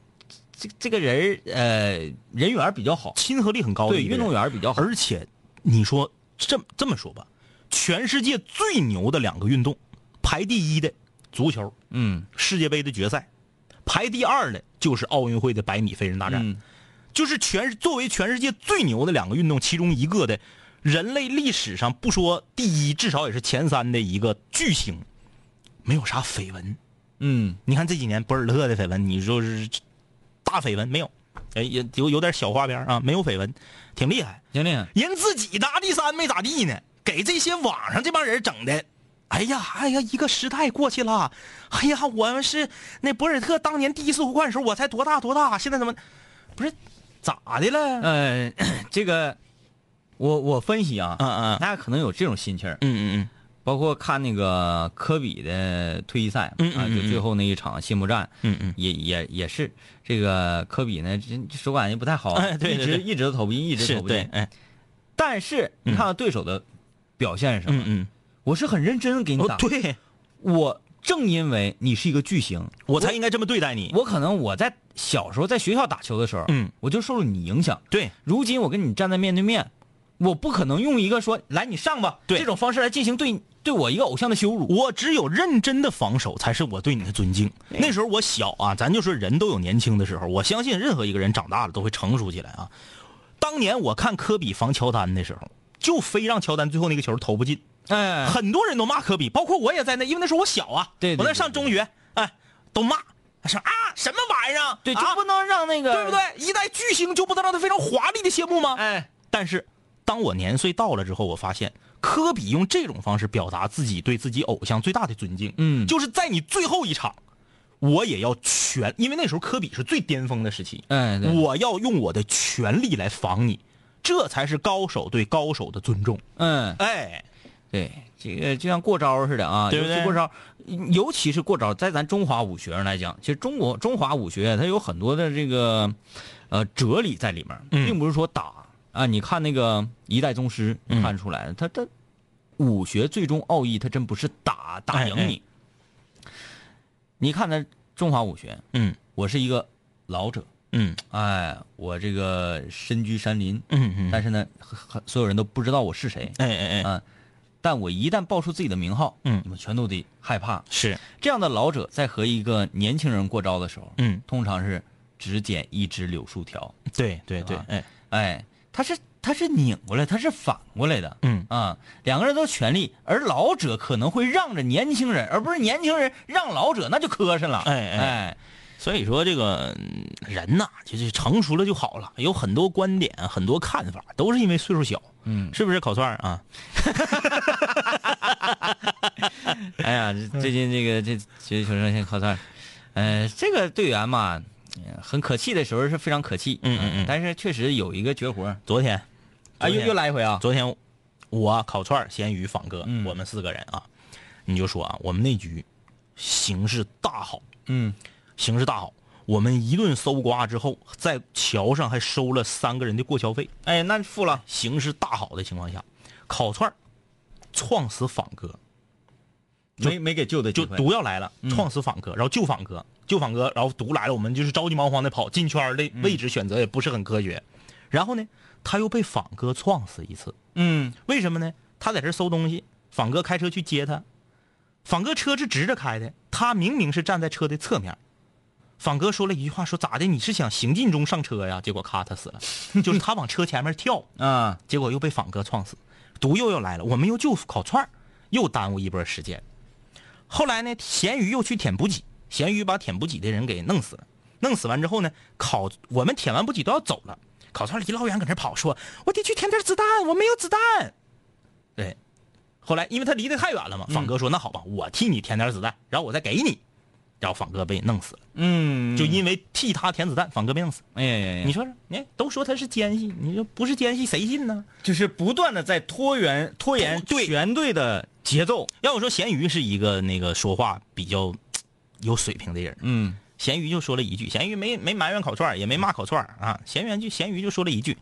Speaker 3: 这这个人儿呃人缘儿比较好，
Speaker 4: 亲和力很高的
Speaker 3: 对
Speaker 4: 一个
Speaker 3: 运
Speaker 4: 人
Speaker 3: 动员儿比较好，
Speaker 4: 而且你说这么这么说吧，全世界最牛的两个运动，排第一的足球
Speaker 3: 嗯
Speaker 4: 世界杯的决赛，排第二的就是奥运会的百米飞人大战，
Speaker 3: 嗯
Speaker 4: 就是全作为全世界最牛的两个运动其中一个的，人类历史上不说第一，至少也是前三的一个巨星，没有啥绯闻。
Speaker 3: 嗯
Speaker 4: 你看这几年博尔特的绯闻，你说是大绯闻没有，哎，也有有点小花边啊，没有绯闻，挺厉害。
Speaker 3: 兄弟，
Speaker 4: 人自己拿第三没咋地呢，给这些网上这帮人整的。哎呀，哎呀，一个时代过去了，哎呀，我们是那博尔特当年第一次夺冠的时候，我才多大多大，现在怎么不是咋的了？
Speaker 3: 呃， 这个我我分析啊，
Speaker 4: 嗯嗯
Speaker 3: 大家可能有这种心气儿，
Speaker 4: 嗯嗯
Speaker 3: 包括看那个科比的退役赛，
Speaker 4: 嗯嗯
Speaker 3: 啊，
Speaker 4: 嗯
Speaker 3: 就最后那一场谢幕战，
Speaker 4: 嗯嗯
Speaker 3: 也也也是这个科比呢，这这手感也不太好，
Speaker 4: 哎对对
Speaker 3: 一
Speaker 4: 对
Speaker 3: 直一直都投不进，一
Speaker 4: 嗯，
Speaker 3: 直
Speaker 4: 是
Speaker 3: 投不
Speaker 4: 对
Speaker 3: 进，。
Speaker 4: 哎，
Speaker 3: 但是你看看对手的表现是什么？
Speaker 4: 嗯
Speaker 3: 我是很认真地给你
Speaker 4: 哦
Speaker 3: 打，
Speaker 4: 对，
Speaker 3: 我正因为你是一个巨星，
Speaker 4: 我才应该这么对待你。
Speaker 3: 我可能我在小时候在学校打球的时候，
Speaker 4: 嗯，
Speaker 3: 我就受了你影响。
Speaker 4: 对，
Speaker 3: 如今我跟你站在面对面，我不可能用一个说来你上吧
Speaker 4: 对
Speaker 3: 这种方式来进行对对我一个偶像的羞辱。
Speaker 4: 我只有认真的防守，才是我对你的尊敬。那时候我小啊，咱就说人都有年轻的时候。我相信任何一个人长大了都会成熟起来啊。当年我看科比防乔丹的时候，就非让乔丹最后那个球投不进，
Speaker 3: 哎，
Speaker 4: 很多人都骂科比，包括我也在内，因为那时候我小啊，
Speaker 3: 对对
Speaker 4: 我那
Speaker 3: 对
Speaker 4: 上
Speaker 3: 对
Speaker 4: 中学，哎，都骂说啊什么玩意儿啊，
Speaker 3: 对，就
Speaker 4: 啊
Speaker 3: 不能让那个、
Speaker 4: 对不？对？一代巨星就不能让他非常华丽的谢幕吗？
Speaker 3: 哎，
Speaker 4: 但是当我年岁到了之后，我发现科比用这种方式表达自己对自己偶像最大的尊敬，
Speaker 3: 嗯
Speaker 4: 就是在你最后一场，我也要全，因为那时候科比是最巅峰的时期，
Speaker 3: 哎对
Speaker 4: 我要用我的全力来防你，这才是高手对高手的尊重，
Speaker 3: 嗯，
Speaker 4: 哎，
Speaker 3: 对，这个就像过招似的啊，
Speaker 4: 对不对
Speaker 3: 尤其过招，尤其是过招，在咱中华武学上来讲，其实中国中华武学它有很多的这个呃哲理在里面，
Speaker 4: 嗯
Speaker 3: 并不是说打啊。你看那个一代宗师
Speaker 4: 嗯
Speaker 3: 看出来了，他他武学最终奥义，它真不是打打赢
Speaker 4: 哎哎
Speaker 3: 你。你看咱中华武学，
Speaker 4: 嗯
Speaker 3: 我是一个老者，
Speaker 4: 嗯
Speaker 3: 哎，我这个身居山林，
Speaker 4: 嗯嗯，
Speaker 3: 但是呢，很很所有人都不知道我是谁。
Speaker 4: 哎哎哎，
Speaker 3: 啊，但我一旦报出自己的名号，
Speaker 4: 嗯
Speaker 3: 你们全都得害怕。
Speaker 4: 是，
Speaker 3: 这样的老者在和一个年轻人过招的时候，
Speaker 4: 嗯，
Speaker 3: 通常是只剪一枝柳树条，
Speaker 4: 对对对
Speaker 3: 是吧，
Speaker 4: 哎，
Speaker 3: 哎，他是他是拧过来，他是反过来的，
Speaker 4: 嗯
Speaker 3: 啊，两个人都全力，而老者可能会让着年轻人，而不是年轻人让老者，那就磕碜了，
Speaker 4: 哎哎
Speaker 3: 哎，
Speaker 4: 所以说这个嗯人呐、就是成熟了就好了，有很多观点、很多看法，都是因为岁数小，
Speaker 3: 嗯，
Speaker 4: 是不是烤串儿啊？
Speaker 3: 哎呀，这最近这个这绝地求生线靠串，呃，这个队员嘛，呃很可气的时候是非常可气，呃
Speaker 4: 嗯嗯嗯
Speaker 3: 但是确实有一个绝活儿，
Speaker 4: 昨天，
Speaker 3: 啊，又又来一回啊，
Speaker 4: 昨天我烤串儿、咸鱼、仿哥，
Speaker 3: 嗯
Speaker 4: 我们四个人啊，你就说啊，我们那局形势大好，
Speaker 3: 嗯，
Speaker 4: 形势大好，我们一顿搜刮之后，在桥上还收了三个人的过桥费，
Speaker 3: 哎，那付了，
Speaker 4: 形势大好的情况下，烤串儿撞死仿哥，
Speaker 3: 没没给救的
Speaker 4: 就
Speaker 3: 机会，
Speaker 4: 毒要来了，
Speaker 3: 嗯
Speaker 4: 撞死访哥，然后救访哥，救访哥，然后毒来了，我们就是着急忙慌的跑，进圈儿
Speaker 3: 嗯
Speaker 4: 的位置选择也不是很科学。然后呢，他又被访哥撞死一次，
Speaker 3: 嗯
Speaker 4: 为什么呢？他在这儿搜东西，访哥开车去接他，访哥车是直着开的，他明明是站在车的侧面。访哥说了一句话，说咋的？你是想行进中上车呀？结果咔，他死了，就是他往车前面跳，
Speaker 3: 啊，
Speaker 4: 结果又被访哥撞死，毒又又来了，我们又救烤串儿又耽误一波时间。后来呢，咸鱼又去舔补给，咸鱼把舔补给的人给弄死了。弄死完之后呢，烤我们舔完补给都要走了，烤串儿离老远搁那跑，说我得去舔点子弹，我没有子弹。对，后来因为他离得太远了嘛，访哥说、那好吧，我替你舔点子弹，然后我再给你。然后访哥被弄死了，
Speaker 3: 嗯，
Speaker 4: 就因为替他舔子弹，访哥被弄死。
Speaker 3: 哎呀呀呀，
Speaker 4: 你说说，你看都说他是奸细，你说不是奸细谁信呢？
Speaker 3: 就是不断的在拖延拖延
Speaker 4: 对
Speaker 3: 全队的节奏，
Speaker 4: 要我说，咸鱼是一个那个说话比较嘖有水平的人。
Speaker 3: 嗯
Speaker 4: 咸鱼就说了一句，咸鱼没没埋怨烤串儿，也没骂烤串儿啊。咸鱼就咸鱼就说了一句：“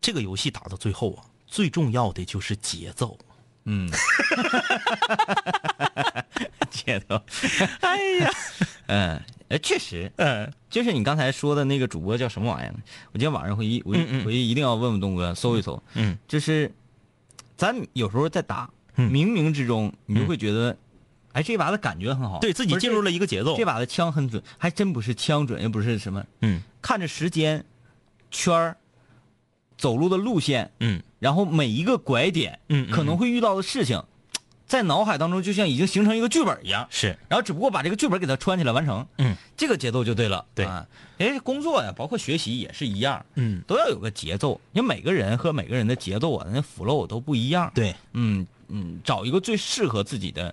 Speaker 4: 这个游戏打到最后啊，最重要的就是节奏。
Speaker 3: 嗯，节奏，
Speaker 4: 哎呀，
Speaker 3: 嗯，呃，确实，
Speaker 4: 嗯
Speaker 3: 就是你刚才说的那个主播叫什么玩意儿？我今天晚上回去，我
Speaker 4: 嗯嗯
Speaker 3: 回去一定要问问东哥，搜一搜。
Speaker 4: 嗯，
Speaker 3: 就是咱有时候在打，
Speaker 4: 嗯
Speaker 3: 冥冥之中你就会觉得，哎，这把的感觉很好，
Speaker 4: 对自己
Speaker 3: 不是
Speaker 4: 进入了一个节奏
Speaker 3: 这。把的枪很准，还真不是枪准，也不是什么，
Speaker 4: 嗯
Speaker 3: 看着时间、圈儿、走路的路线，
Speaker 4: 嗯
Speaker 3: 然后每一个拐点，
Speaker 4: 嗯嗯
Speaker 3: 可能会遇到的事情，在脑海当中就像已经形成一个剧本一样，
Speaker 4: 是
Speaker 3: 然后只不过把这个剧本给它穿起来完成，
Speaker 4: 嗯，
Speaker 3: 这个节奏就对了。
Speaker 4: 对
Speaker 3: 啊，哎，工作呀，包括学习也是一样，
Speaker 4: 嗯，
Speaker 3: 都要有个节奏。因为每个人和每个人的节奏啊，那 flow 都不一样。，
Speaker 4: 对，
Speaker 3: 嗯嗯，找一个最适合自己的，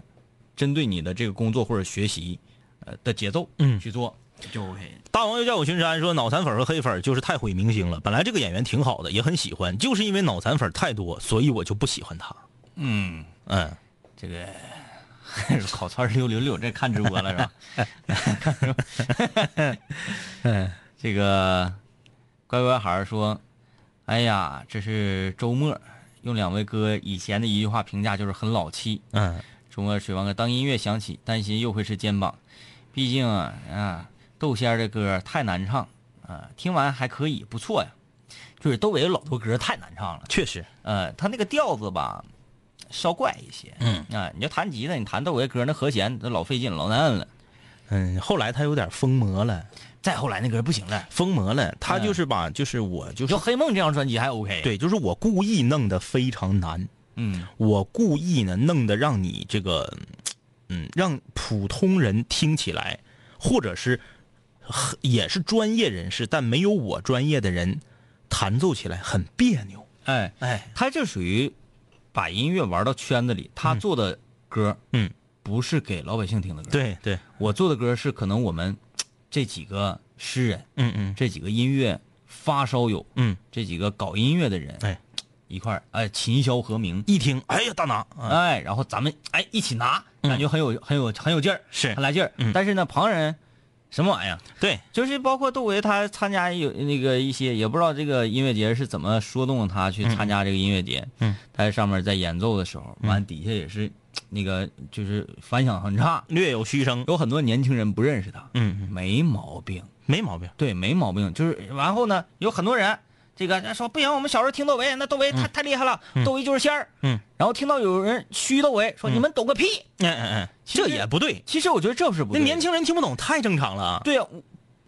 Speaker 3: 针对你的这个工作或者学习，呃的节奏，
Speaker 4: 嗯
Speaker 3: 去做就 OK。
Speaker 4: 大王又叫我巡山，说脑残粉和黑粉就是太毁明星了。本来这个演员挺好的，也很喜欢，就是因为脑残粉太多，所以我就不喜欢他。
Speaker 3: 嗯，
Speaker 4: 嗯，
Speaker 3: 这个烤串儿六六六，这看直播了是吧？这个乖乖孩儿说：“哎呀，这是周末，用两位哥以前的一句话评价就是很老气。
Speaker 4: 嗯，
Speaker 3: 周末水王哥，当音乐响起，担心又会是肩膀，毕竟啊啊，豆仙儿的歌太难唱啊，听完还可以，不错呀。就是窦唯有老多歌太难唱了，
Speaker 4: 确实，
Speaker 3: 呃，他那个调子吧，稍怪一些。
Speaker 4: 嗯
Speaker 3: 啊，你要弹吉他，你弹窦唯歌那和弦那老费劲老难摁了。
Speaker 4: 嗯，后来他有点疯魔了，
Speaker 3: 再后来那歌不行了，
Speaker 4: 疯魔了，他
Speaker 3: 嗯
Speaker 4: 就是把，就是我就是
Speaker 3: 就《黑梦》这张专辑还 OK。，
Speaker 4: 对，就是我故意弄得非常难，
Speaker 3: 嗯
Speaker 4: 我故意呢弄得让你这个，嗯，让普通人听起来，或者是很也是专业人士，但没有我专业的人，弹奏起来很别扭。
Speaker 3: 哎，
Speaker 4: 哎，
Speaker 3: 他就属于把音乐玩到圈子里，他做的歌，
Speaker 4: 嗯，
Speaker 3: 不是给老百姓听的歌。，
Speaker 4: 对对，
Speaker 3: 我做的歌是可能我们这几个诗人，
Speaker 4: 嗯嗯
Speaker 3: 这几个音乐发烧友，
Speaker 4: 嗯，
Speaker 3: 这几个搞音乐的人，
Speaker 4: 哎，
Speaker 3: 一块儿哎琴箫和鸣，
Speaker 4: 一听，哎呀，大拿，啊
Speaker 3: 哎，然后咱们哎一起拿，
Speaker 4: 嗯
Speaker 3: 感觉很有、很有很有劲儿，
Speaker 4: 是
Speaker 3: 很来劲儿。
Speaker 4: 嗯
Speaker 3: 但是呢，旁人什么玩意儿？
Speaker 4: 对，
Speaker 3: 就是包括窦唯，他参加有那个一些，也不知道这个音乐节是怎么说动他去参加这个音乐节。
Speaker 4: 嗯，
Speaker 3: 他在上面在演奏的时候，完底下也是那个就是反响很差，
Speaker 4: 略有虚声，
Speaker 3: 有很多年轻人不认识他。
Speaker 4: 嗯，
Speaker 3: 没毛病，
Speaker 4: 没毛病。
Speaker 3: 对，没毛病。就是然后呢，有很多人这个说不行，我们小时候听窦唯，那窦唯太、太厉害了，窦唯就是仙儿。
Speaker 4: 嗯，
Speaker 3: 然后听到有人虚窦唯，说、你们懂个屁。
Speaker 4: 嗯嗯嗯，这
Speaker 3: 其实
Speaker 4: 也不对，
Speaker 3: 其实我觉得这是不对
Speaker 4: 那
Speaker 3: 的
Speaker 4: 年轻人听不懂太正常了啊。
Speaker 3: 对呀、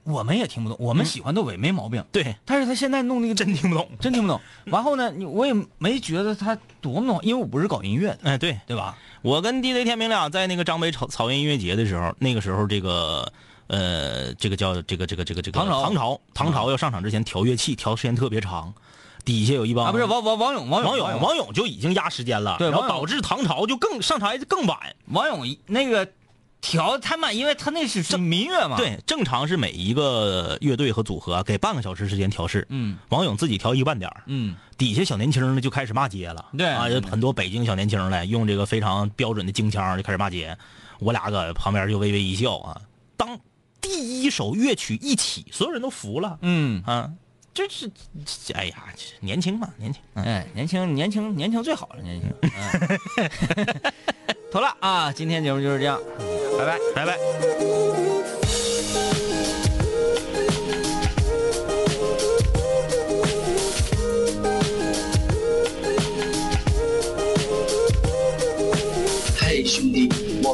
Speaker 3: 我我们也听不懂，我们喜欢窦唯没毛病，
Speaker 4: 对，
Speaker 3: 但是他现在弄那个
Speaker 4: 真听不懂。
Speaker 3: 真听不懂。 完后呢，你我也没觉得他多么懂，因为我不是搞音乐的，
Speaker 4: 哎，对，
Speaker 3: 对吧？
Speaker 4: 我跟 DJ 天明俩在那个张北草草原音乐节的时候，那个时候这个呃，这个叫这个这个这个这个
Speaker 3: 唐朝
Speaker 4: 唐朝嗯唐朝要上场之前调乐器调时间特别长，底下有一帮
Speaker 3: 啊，不是王王王勇，王
Speaker 4: 王
Speaker 3: 勇，
Speaker 4: 勇
Speaker 3: 王
Speaker 4: 王勇就已经压时间了，
Speaker 3: 对
Speaker 4: 然后
Speaker 3: 王勇
Speaker 4: 导致唐朝就更上台更晚。
Speaker 3: 王勇一那个调他妈，因为他那是是民乐嘛，，
Speaker 4: 对，正常是每一个乐队和组合啊给半个小时时间调试，
Speaker 3: 嗯
Speaker 4: 王勇自己调一个半点儿
Speaker 3: 嗯，
Speaker 4: 底下小年轻儿呢就开始骂街了，
Speaker 3: 对
Speaker 4: 啊，有很多北京小年轻儿嘞，用这个非常标准的京腔儿就开始骂街，我俩搁旁边就微微一笑啊。当第一首乐曲一起，所有人都服了，
Speaker 3: 嗯，
Speaker 4: 啊，这是，这哎呀，这年轻嘛，年轻，嗯
Speaker 3: 哎，年轻年轻年轻最好了，年 轻。嗯 妥了啊，今天节目就是这样，拜拜。
Speaker 4: 拜拜。
Speaker 6: 嘿，兄弟，我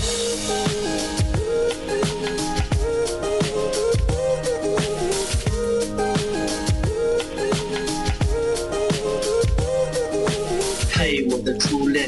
Speaker 6: 嘿，我的初恋，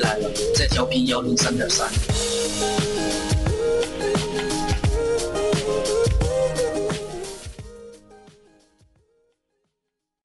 Speaker 6: 来了，在调频幺零三点三。